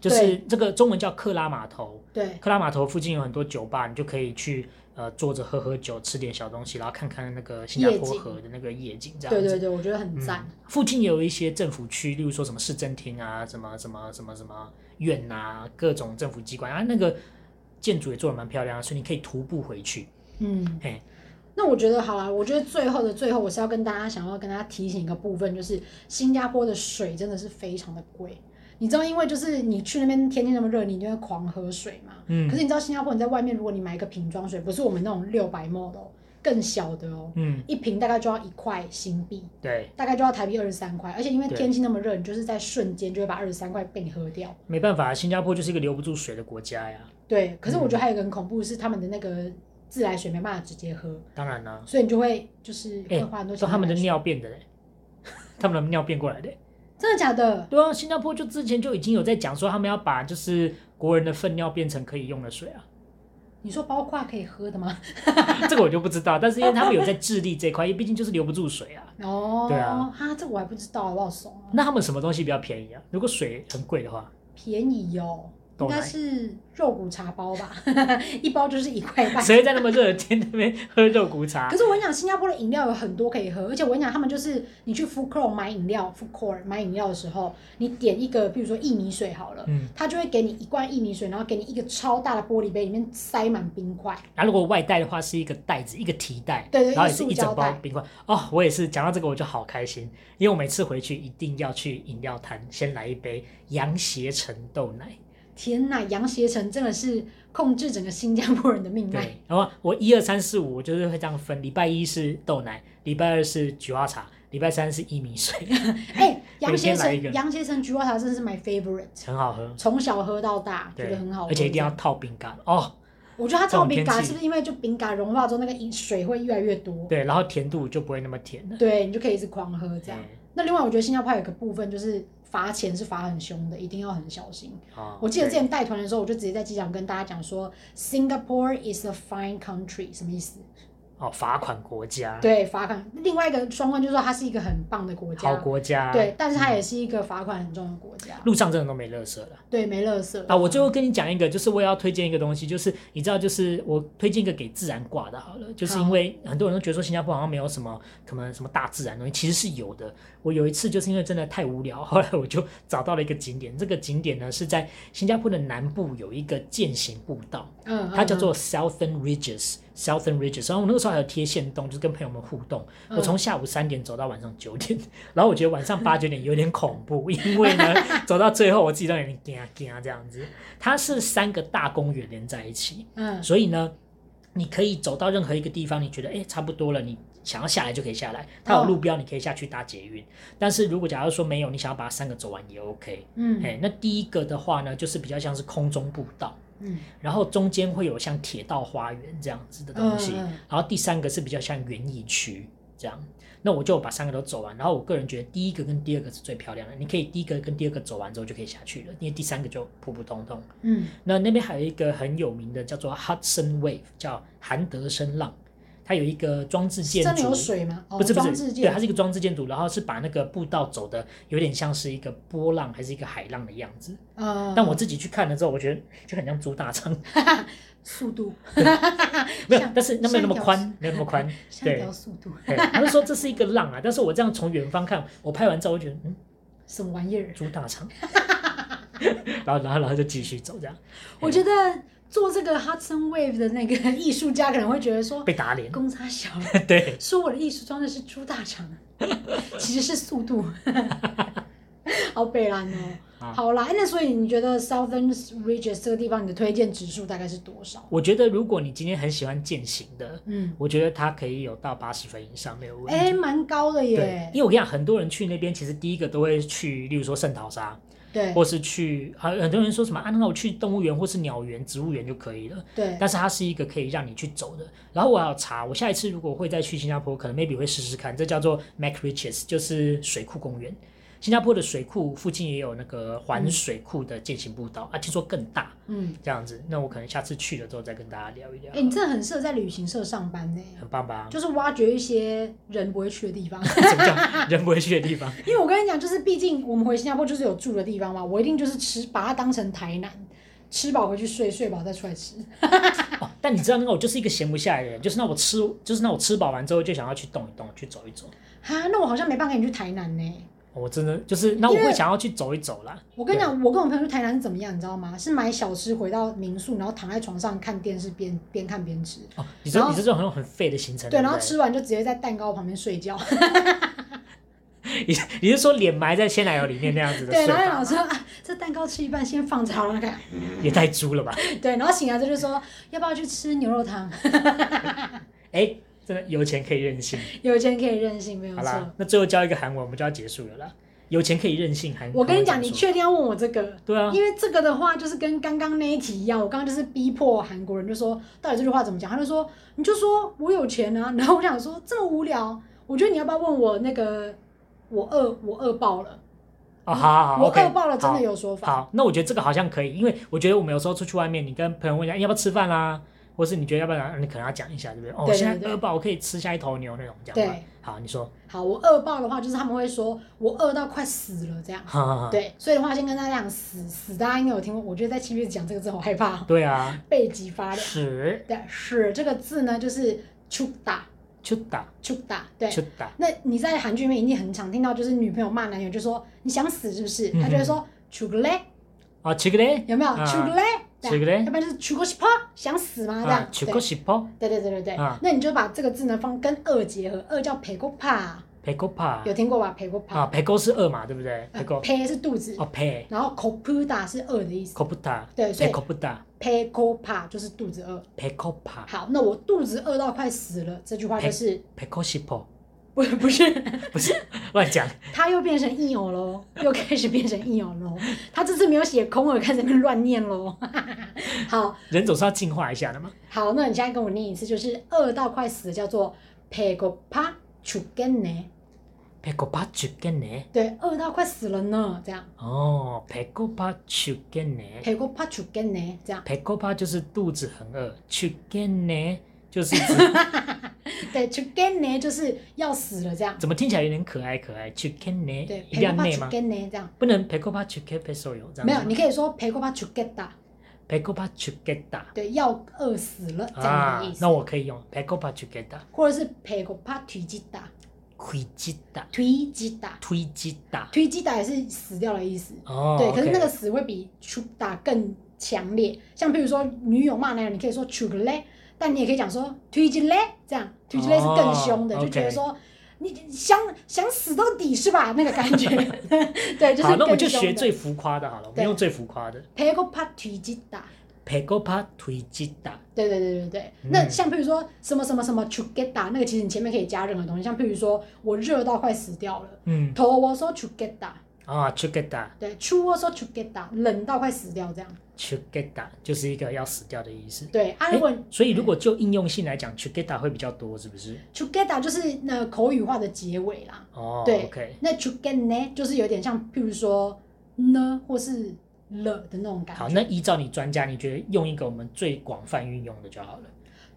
Speaker 2: 就是
Speaker 1: 对
Speaker 2: 这个中文叫克拉码头，
Speaker 1: 对，
Speaker 2: 克拉码头附近有很多酒吧，你就可以去呃坐着喝喝酒，吃点小东西，然后看看那个新加
Speaker 1: 夜
Speaker 2: 坡
Speaker 1: 景
Speaker 2: 河的那个夜景，这样
Speaker 1: 对
Speaker 2: 子。
Speaker 1: 对对，我觉得很赞
Speaker 2: 嗯。，附近也有一些政府区，例如说什么市政厅啊，什么什么什么什么院啊，各种政府机关啊，那个建筑也做的蛮漂亮的，所以你可以徒步回去。
Speaker 1: 嗯
Speaker 2: 嘿，
Speaker 1: 那我觉得好啦，我觉得最后的最后，我是要跟大家想要跟大家提醒一个部分，就是新加坡的水真的是非常的贵。你知道，因为就是你去那边天气那么热，你就会狂喝水嘛。
Speaker 2: 嗯
Speaker 1: 可是你知道新加坡，你在外面如果你买一个瓶装水，不是我们那种六百 ml 的哦，更小的哦，
Speaker 2: 嗯，
Speaker 1: 一瓶大概就要一块新币，
Speaker 2: 对，
Speaker 1: 大概就要台币二十三块，而且因为
Speaker 2: 对
Speaker 1: 天气那么热，你就是在瞬间就会把二十三块被你喝掉。
Speaker 2: 没办法，新加坡就是一个留不住水的国家呀。
Speaker 1: 对，
Speaker 2: 嗯
Speaker 1: 可是我觉得还有一个很恐怖的是他们的那个自来水没办法直接喝，
Speaker 2: 当然啦、
Speaker 1: 所以你就会就是
Speaker 2: 哎
Speaker 1: 会花很多
Speaker 2: 都
Speaker 1: 钱
Speaker 2: 他
Speaker 1: 买
Speaker 2: 们的
Speaker 1: 来水。
Speaker 2: 尿变的嘞，他们的尿变过来的。
Speaker 1: 真的假的？
Speaker 2: 对啊，新加坡就之前就已经有在讲说，他们要把就是国人的粪尿变成可以用的水啊，
Speaker 1: 你说包括可以喝的吗？
Speaker 2: 这个我就不知道，但是因为他们有在智利这一块，因为毕竟就是留不住水啊。
Speaker 1: 哦，
Speaker 2: 对啊
Speaker 1: 哈，这我还不知道，我好怂啊。
Speaker 2: 那他们什么东西比较便宜啊？如果水很贵的话，
Speaker 1: 便宜哦，
Speaker 2: 豆
Speaker 1: 应
Speaker 2: 奶
Speaker 1: 该是肉骨茶包吧， 一包就是一块半。
Speaker 2: 谁会在那么热的天那边喝肉骨茶
Speaker 1: 哎可？是我跟你讲，新加坡的饮料有很多可以喝，而且我跟你讲，他们就是你去 food court 买饮料，food court 买饮料的时候，你点一个，比如说薏米水好了，
Speaker 2: 嗯，
Speaker 1: 他就会给你一罐薏米水，然后给你一个超大的玻璃杯，里面塞满冰块。
Speaker 2: 那、如果外带的话，是一个袋子，一个提袋，
Speaker 1: 对对
Speaker 2: 然后
Speaker 1: 一
Speaker 2: 也
Speaker 1: 个
Speaker 2: 是
Speaker 1: 塑
Speaker 2: 一整
Speaker 1: 胶
Speaker 2: 包
Speaker 1: 袋
Speaker 2: 冰块。哦，我也是讲到这个我就好开心，因为我每次回去一定要去饮料摊，先来一杯洋邪橙豆奶。
Speaker 1: 天呐，洋邪城真的是控制整个新加坡人的命脉。
Speaker 2: 对，然后我一二三四五，我就是会这样分，礼拜一是豆奶，礼拜二是菊花茶，礼拜三是薏米水，
Speaker 1: 哎，
Speaker 2: 每
Speaker 1: 洋
Speaker 2: 天
Speaker 1: 邪
Speaker 2: 来一个
Speaker 1: 城，洋邪城菊花茶真的是 my favorite，
Speaker 2: 很好喝。
Speaker 1: 从小喝到大，觉
Speaker 2: 对，
Speaker 1: 得很好喝，
Speaker 2: 而且一定要套饼干哦。
Speaker 1: 我觉得它超冰
Speaker 2: 这种天
Speaker 1: 嘎，
Speaker 2: 气
Speaker 1: 是不是因为就冰嘎融化之后，那个饮水会越来越多？
Speaker 2: 对，然后甜度就不会那么甜了。
Speaker 1: 对，你就可以一直狂喝这样。
Speaker 2: 嗯
Speaker 1: 那另外，我觉得新加坡有一个部分就是罚钱是罚很凶的，一定要很小心。
Speaker 2: 哦
Speaker 1: 我记得之
Speaker 2: 对
Speaker 1: 前带团的时候，我就直接在机场跟大家讲说，Singapore is a fine country，什么意思？
Speaker 2: 哦，罚款国家，，
Speaker 1: 对，罚款。另外一个双关就是说它是一个很棒的国
Speaker 2: 好
Speaker 1: 家，
Speaker 2: 国家，
Speaker 1: 对，，但是它也是一个罚款很重的国家。
Speaker 2: 路上真的都没垃圾了。
Speaker 1: 对，没垃圾
Speaker 2: 啊，我最后跟你讲一个，就是我也要推荐一个东西，就是你知道，就是我推荐一个给自然挂的，好了，就是因
Speaker 1: 好
Speaker 2: 为很多人都觉得说新加坡好像没有什么可能什么大自然的东西，其实是有的。我有一次就是因为真的太无聊，后来我就找到了一个景点，这个景点呢是在新加坡的南部有一个践行步道，
Speaker 1: 嗯，
Speaker 2: 它叫
Speaker 1: 嗯
Speaker 2: 做 Southern Ridges。Southern Ridges，然后我那个时候还有贴线动，就是跟朋友们互动。
Speaker 1: 嗯
Speaker 2: 我从下午三点走到晚上九点，然后我觉得晚上八九点有点恐怖，因为呢，走到最后我自己都有点惊啊惊这样子。它是三个大公园连在一起，
Speaker 1: 嗯
Speaker 2: 所以呢，你可以走到任何一个地方，你觉得哎差不多了，你想要下来就可以下来。它有
Speaker 1: 哦
Speaker 2: 路标，你可以下去搭捷运。但是如果假如说没有，你想要把它三个走完也 OK。
Speaker 1: 嗯
Speaker 2: 哎，那第一个的话呢，就是比较像是空中步道。
Speaker 1: 嗯
Speaker 2: 然后中间会有像铁道花园这样子的东西，
Speaker 1: 嗯嗯
Speaker 2: 然后第三个是比较像园艺区这样。那我就把三个都走完，然后我个人觉得第一个跟第二个是最漂亮的，你可以第一个跟第二个走完之后就可以下去了，因为第三个就普普通通。
Speaker 1: 嗯，
Speaker 2: 那那边还有一个很有名的叫做 Hudson Wave，叫韩德森浪，它有一个装置建
Speaker 1: 真的
Speaker 2: 筑，
Speaker 1: 有水吗？哦
Speaker 2: 不是不
Speaker 1: 装
Speaker 2: 是，
Speaker 1: 置
Speaker 2: 对，
Speaker 1: 建
Speaker 2: 它是一个装置建筑，然后是把那个步道走的有点像是一个波浪还是一个海浪的样子。
Speaker 1: 呃，
Speaker 2: 但我自己去看了之后，我觉得就很像猪大肠，
Speaker 1: 速度
Speaker 2: 没有
Speaker 1: 像，
Speaker 2: 但是那没有那么
Speaker 1: 像
Speaker 2: 宽，没有那么宽。
Speaker 1: 像一
Speaker 2: 对
Speaker 1: 条，速度，
Speaker 2: 对他们说这是一个浪啊，但是我这样从远方看，我拍完照，我觉得嗯，
Speaker 1: 什么玩意儿？
Speaker 2: 猪 大肠，然后然后然后就继续走，这样
Speaker 1: 我觉得做这个 Hudson Wave 的那个 艺术家可能会觉得说，
Speaker 2: 被打脸。
Speaker 1: 公差小，
Speaker 2: 对，
Speaker 1: 说我的艺术装的是猪大肠，啊 其实是速度， 好北蓝哦。
Speaker 2: 啊
Speaker 1: 好啦，哎那所以你觉得 Southern Ridges 这个地方你的推荐指数大概是多少？
Speaker 2: 我觉得如果你今天很喜欢践行的，
Speaker 1: 嗯，
Speaker 2: 我觉得它可以有到八十分以上，没有问
Speaker 1: 哎，
Speaker 2: 题。
Speaker 1: 蛮高的
Speaker 2: 对，
Speaker 1: 耶。
Speaker 2: 因为我跟你讲，很多人去那边，其实第一个都会去，例如说圣淘沙，
Speaker 1: 对
Speaker 2: 或是去，很很多人说什么啊，那我去动物园或是鸟园、植物园就可以了。
Speaker 1: 对，
Speaker 2: 但是它是一个可以让你去走的。然后我要查，我下一次如果会再去新加坡，可能 maybe 会试试看，这叫做 Mac Riches，就是水库公园。新加坡的水库附近也有那个环水库的践行步道、啊，听说更大
Speaker 1: 嗯，
Speaker 2: 这样子。那我可能下次去了之后再跟大家聊一聊，
Speaker 1: 哎，你真的很适合在旅行社上班呢，
Speaker 2: 很 棒吧？
Speaker 1: 就是挖掘一些人不会去的地方。
Speaker 2: 怎么讲？人不会去的地方，
Speaker 1: 因为我跟你讲，就是毕竟我们回新加坡就是有住的地方嘛，我一定就是吃，把它当成台南，吃饱回去睡，睡饱再出来吃。
Speaker 2: 哦。但你知道那个我就是一个闲不下来的人，就是那我吃，就是那我吃饱完之后就想要去动一动，去走一走。哦
Speaker 1: 哈，那我好像没办法跟你去台南呢、
Speaker 2: 我真的就是那我
Speaker 1: 因
Speaker 2: 会
Speaker 1: 为
Speaker 2: 想要去走一走啦。
Speaker 1: 我跟你讲，我跟我朋友去台南是怎么样，你知道吗？是买小吃回到民宿，然后躺在床上看电视，边边看边吃。
Speaker 2: 哦，你说
Speaker 1: 然
Speaker 2: 你
Speaker 1: 后
Speaker 2: 是这种很很废的行程，
Speaker 1: 对，
Speaker 2: 不
Speaker 1: 然后吃完就直接在蛋糕旁边睡觉。
Speaker 2: 你 你是说脸埋在鲜奶油里面那样子的
Speaker 1: 对，
Speaker 2: 睡
Speaker 1: 然后
Speaker 2: 法
Speaker 1: 老
Speaker 2: 吗？
Speaker 1: 师说啊，这蛋糕吃一半先放着好了， 看。
Speaker 2: 也太猪了吧！
Speaker 1: 对，然后醒来之后就说要不要去吃牛肉汤？
Speaker 2: 哎，这真的有钱可以任性。
Speaker 1: 有钱可以任性，没有
Speaker 2: 好
Speaker 1: 错
Speaker 2: 啦。，那最后教一个韩文，我们就要结束了啦。有钱可以任性，韩
Speaker 1: 我跟你
Speaker 2: 韩
Speaker 1: 讲，
Speaker 2: 文
Speaker 1: 你
Speaker 2: 怎么说
Speaker 1: 确定要问我这个？
Speaker 2: 对啊，
Speaker 1: 因为这个的话，就是跟刚刚那一题一样，我刚刚就是逼迫韩国人，就说到底这句话怎么讲？他就说嗯你就说我有钱啊，然后我想说这么无聊，我觉得你要不要问我那个我饿我饿爆了，
Speaker 2: 哦，好好好
Speaker 1: 我
Speaker 2: ，OK，
Speaker 1: 饿爆了真
Speaker 2: 好
Speaker 1: 的有说法，
Speaker 2: 好，那我觉得这个好像可以，因为我觉得我们有时候出去外面，你跟朋友问一下、哎要不要吃饭啦、或是你觉得要不要，你可能要讲一下，对不对？哦，
Speaker 1: 对对
Speaker 2: 现在
Speaker 1: 对
Speaker 2: 饿爆，我可以吃下一头牛那种讲法
Speaker 1: 对。
Speaker 2: 好，你说，
Speaker 1: 好，我饿爆的话就是他们会说我饿到快死了这样，
Speaker 2: 哈哈哈。
Speaker 1: 对，所以的话先跟大家讲死死，大家应该有听过，我觉得在七月讲这个字好害怕哦，
Speaker 2: 对啊，
Speaker 1: 背脊发凉。
Speaker 2: 屎
Speaker 1: 对，屎这个字呢就是出打
Speaker 2: 就打
Speaker 1: 出打，对，
Speaker 2: 就打，
Speaker 1: 那你在韩剧里面一定很常听到，就是女朋友骂男友，就说你想死是不是？他就会说 c h u g l e
Speaker 2: 啊，吃个嘞，
Speaker 1: 有没有
Speaker 2: 嗯啊
Speaker 1: c h u g l e
Speaker 2: 吃个嘞
Speaker 1: 要不然就是 c h u g o s p 想死吗？这
Speaker 2: 啊
Speaker 1: 样，，
Speaker 2: 吃个西泡，
Speaker 1: 对对对对对
Speaker 2: 啊
Speaker 1: 对。那你就把这个字呢放跟二结合，二叫 p e g o p a
Speaker 2: 陪狗怕
Speaker 1: 有听过吧 p e g o p
Speaker 2: 啊，
Speaker 1: a
Speaker 2: 陪狗是饿嘛，对不 어,对？陪狗
Speaker 1: p e 是肚子
Speaker 2: 哦，，陪
Speaker 1: 然后 kopuda 是饿的意思
Speaker 2: 狗不打，
Speaker 1: 对所以
Speaker 2: 陪狗不打，
Speaker 1: p e g o p a 就是肚子饿。
Speaker 2: 陪狗怕，
Speaker 1: 好，那我肚子饿到快死了，这句话就是
Speaker 2: 陪狗西 泡，
Speaker 1: 不 不是。
Speaker 2: 不是乱讲，
Speaker 1: 他又变成硬偶喽， 又开始变成硬偶喽。他这次没有写空耳，开始在那边乱念喽。 好
Speaker 2: 人总是要进化一下的嘛。
Speaker 1: 好，那你现在跟我念一次，就是饿到快死了，叫做 “pegopa chugenne”。
Speaker 2: 陪狗怕죽겠네，
Speaker 1: 对，饿到快死了呢，这样
Speaker 2: 哦，陪狗怕죽겠네。
Speaker 1: “pegopa chugenne” 这样。
Speaker 2: 배고파 就是肚子很饿，죽겠네 就是指
Speaker 1: 对，“chugenne” 就是要死了这样。
Speaker 2: 怎么听起来有点可爱可爱，죽겠네 네,
Speaker 1: 对
Speaker 2: 一定要
Speaker 1: ，“pegopa
Speaker 2: 内吗？
Speaker 1: chugenne” 这样。
Speaker 2: 不能 배고파 죽겠어요 这样子吗
Speaker 1: 没有，你可以说 “pegopa chugetta”，
Speaker 2: 배고파 죽겠다
Speaker 1: 对，要饿死了这样
Speaker 2: 啊
Speaker 1: 的意，思。
Speaker 2: 那我可以用 배고파 죽겠다
Speaker 1: 或者是 “pegopa tuyjita”，
Speaker 2: 괴지다
Speaker 1: tuyjita，
Speaker 2: 推지다
Speaker 1: tuyjita 也是死掉的意思。
Speaker 2: 哦，
Speaker 1: 对，可是那个
Speaker 2: OK
Speaker 1: 死会比 chu 打更强烈。像譬如说女友骂男友，你可以说 chu 个嘞，但你也可以讲说 tu j 嘞，这样 tu j 嘞是更凶的，
Speaker 2: 哦
Speaker 1: 就觉得
Speaker 2: OK
Speaker 1: 说你想想死到底是吧？那个感觉， 对，就是
Speaker 2: 好，那我们
Speaker 1: 更
Speaker 2: 就学
Speaker 1: 凶的
Speaker 2: 最。浮夸的好了，我们
Speaker 1: 对
Speaker 2: 用最浮夸的
Speaker 1: p e g o p a t u j 打，
Speaker 2: 배고파 돼지다
Speaker 1: 对对对对对。
Speaker 2: 嗯
Speaker 1: 那像譬如说什么什么什么 chu get 打，那个其实你前面可以加任何东西，像譬如说我热到快死掉了，
Speaker 2: 嗯
Speaker 1: 头我说 chu get 打，
Speaker 2: 啊 죽겠다
Speaker 1: 对，出我说 chu get 打，冷到快死掉这样。
Speaker 2: 죽겠다 就是一个要死掉的意思。
Speaker 1: 对，啊，如果
Speaker 2: 诶所以如果就应用性来讲，chugeta 会比较多，是不是？
Speaker 1: together 就是那口语化的结尾啦。
Speaker 2: 哦，
Speaker 1: 对
Speaker 2: OK，
Speaker 1: 那 together 呢，就是有点像，譬如说呢或是了的那种感
Speaker 2: 好，
Speaker 1: 觉。
Speaker 2: 那依照你专家，你觉得用一个我们最广泛运用的就好了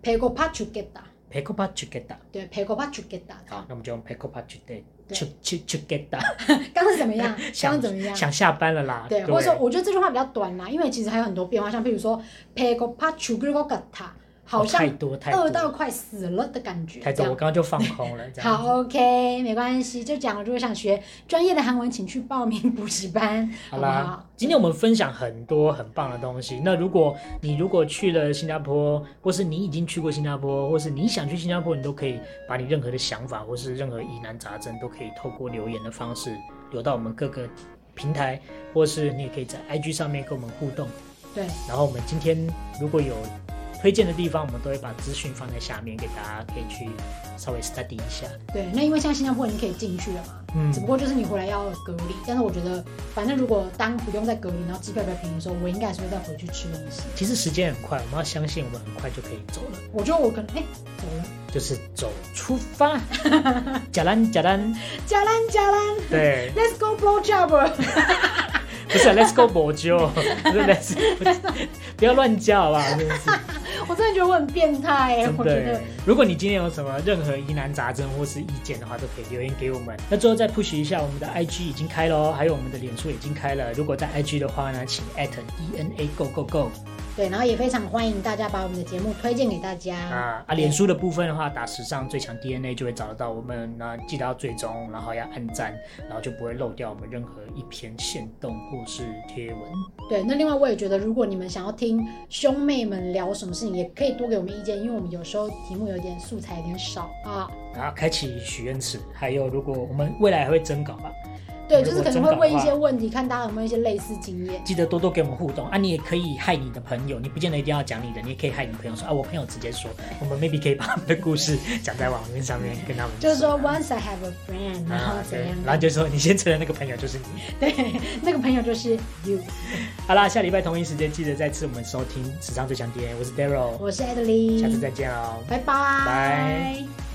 Speaker 1: pegopa together，
Speaker 2: p e k o p a chugeta。
Speaker 1: 对，pegopa together。
Speaker 2: 好，那我们就用 p e k o p a chugeta。
Speaker 1: 对
Speaker 2: chu chu chugeta。
Speaker 1: 刚刚是怎么样？刚刚
Speaker 2: 想
Speaker 1: 怎么样？
Speaker 2: 想下班了啦。
Speaker 1: 对，或者说我觉得这句话比较短啦，因为其实还有很多变化，像譬如说 pegopa together，好
Speaker 2: 哦太
Speaker 1: 像
Speaker 2: 多太
Speaker 1: 饿到
Speaker 2: 多
Speaker 1: 快死了的感觉，
Speaker 2: 太
Speaker 1: 这
Speaker 2: 多，
Speaker 1: 样
Speaker 2: 我刚刚就放空了。这样子，
Speaker 1: 好，OK，没关系，就讲了。如果想学专业的韩文，请去报名补习班，好
Speaker 2: 好
Speaker 1: 不好
Speaker 2: 啦？，今天我们分享很多很棒的东西。那如果你如果去了新加坡，或是你已经去过新加坡，或是你想去新加坡，你都可以把你任何的想法或是任何疑难杂症，都可以透过留言的方式留到我们各个平台，或是你也可以在 IG 上面跟我们互动。
Speaker 1: 对，
Speaker 2: 然后我们今天如果有推荐的地方，我们都会把资讯放在下面，给大家可以去稍微 study 一下。
Speaker 1: 对，那因为像新加坡已经可以进去了嘛，
Speaker 2: 嗯
Speaker 1: 只不过就是你回来要隔离。但是我觉得，反正如果当不用再隔离，然后机票比较便宜的时候，我应该还是会再回去吃东西。
Speaker 2: 其实时间很快，我们要相信我们很快就可以走了，
Speaker 1: 我觉得我可能哎、走了，
Speaker 2: 就是走出 发，假单假单，
Speaker 1: 加兰加兰
Speaker 2: 对，
Speaker 1: ，Let's go blow job，
Speaker 2: 不是啊 Let's go 博酒，不是 Let's，不 是不要乱叫好不好？真的是。
Speaker 1: 我真的觉得我很变态、哎
Speaker 2: 真
Speaker 1: 我
Speaker 2: 的
Speaker 1: 觉
Speaker 2: 耶
Speaker 1: 得。
Speaker 2: 如果你今天有什么任何疑难杂症或是意见的话，都可以留言给我们。那最后再 push 一下，我们的 IG 已经开了哦，还有我们的脸书已经开了。如果在 IG 的话呢，请 at e n a go go go
Speaker 1: 对，然后也非常欢迎大家把我们的节目推荐给大家。
Speaker 2: 啊啊！脸书的部分的话，打“时尚最强 DNA” 就会找得到我们。那记得要追踪，然后要按赞，然后就不会漏掉我们任何一篇线动或是贴文。
Speaker 1: 对，那另外我也觉得，如果你们想要听兄妹们聊什么事情，也可以多给我们意见，因为我们有时候题目有点素材有点少啊。
Speaker 2: 哎然后开启许愿池，还有如果我们未来还会征稿吧，
Speaker 1: 对，
Speaker 2: 如
Speaker 1: 就是
Speaker 2: 果
Speaker 1: 可能
Speaker 2: 中
Speaker 1: 会
Speaker 2: 港
Speaker 1: 问一
Speaker 2: 话
Speaker 1: 些问题，看大家有没有一些类似经验。
Speaker 2: 记得多多给我们互动啊！你也可以害你的朋友，你不见得一定要讲你的，你也可以害你朋友说啊，我朋友直接说，我们 maybe 可以把他们的故事讲在网面上面跟他们
Speaker 1: 就是说
Speaker 2: 说
Speaker 1: ，once I have a friend，然后
Speaker 2: 啊，
Speaker 1: 怎
Speaker 2: 对
Speaker 1: 样，？
Speaker 2: 然后就说你先承认那个朋友就是你。
Speaker 1: 对， 那个朋友就是 you，
Speaker 2: 好啦，下礼拜同一时间记得再次我们收听史上最强 DNA，我是 Daryl，
Speaker 1: 我是
Speaker 2: 下次
Speaker 1: Adeline，
Speaker 2: 再见哦。
Speaker 1: 拜拜。
Speaker 2: 拜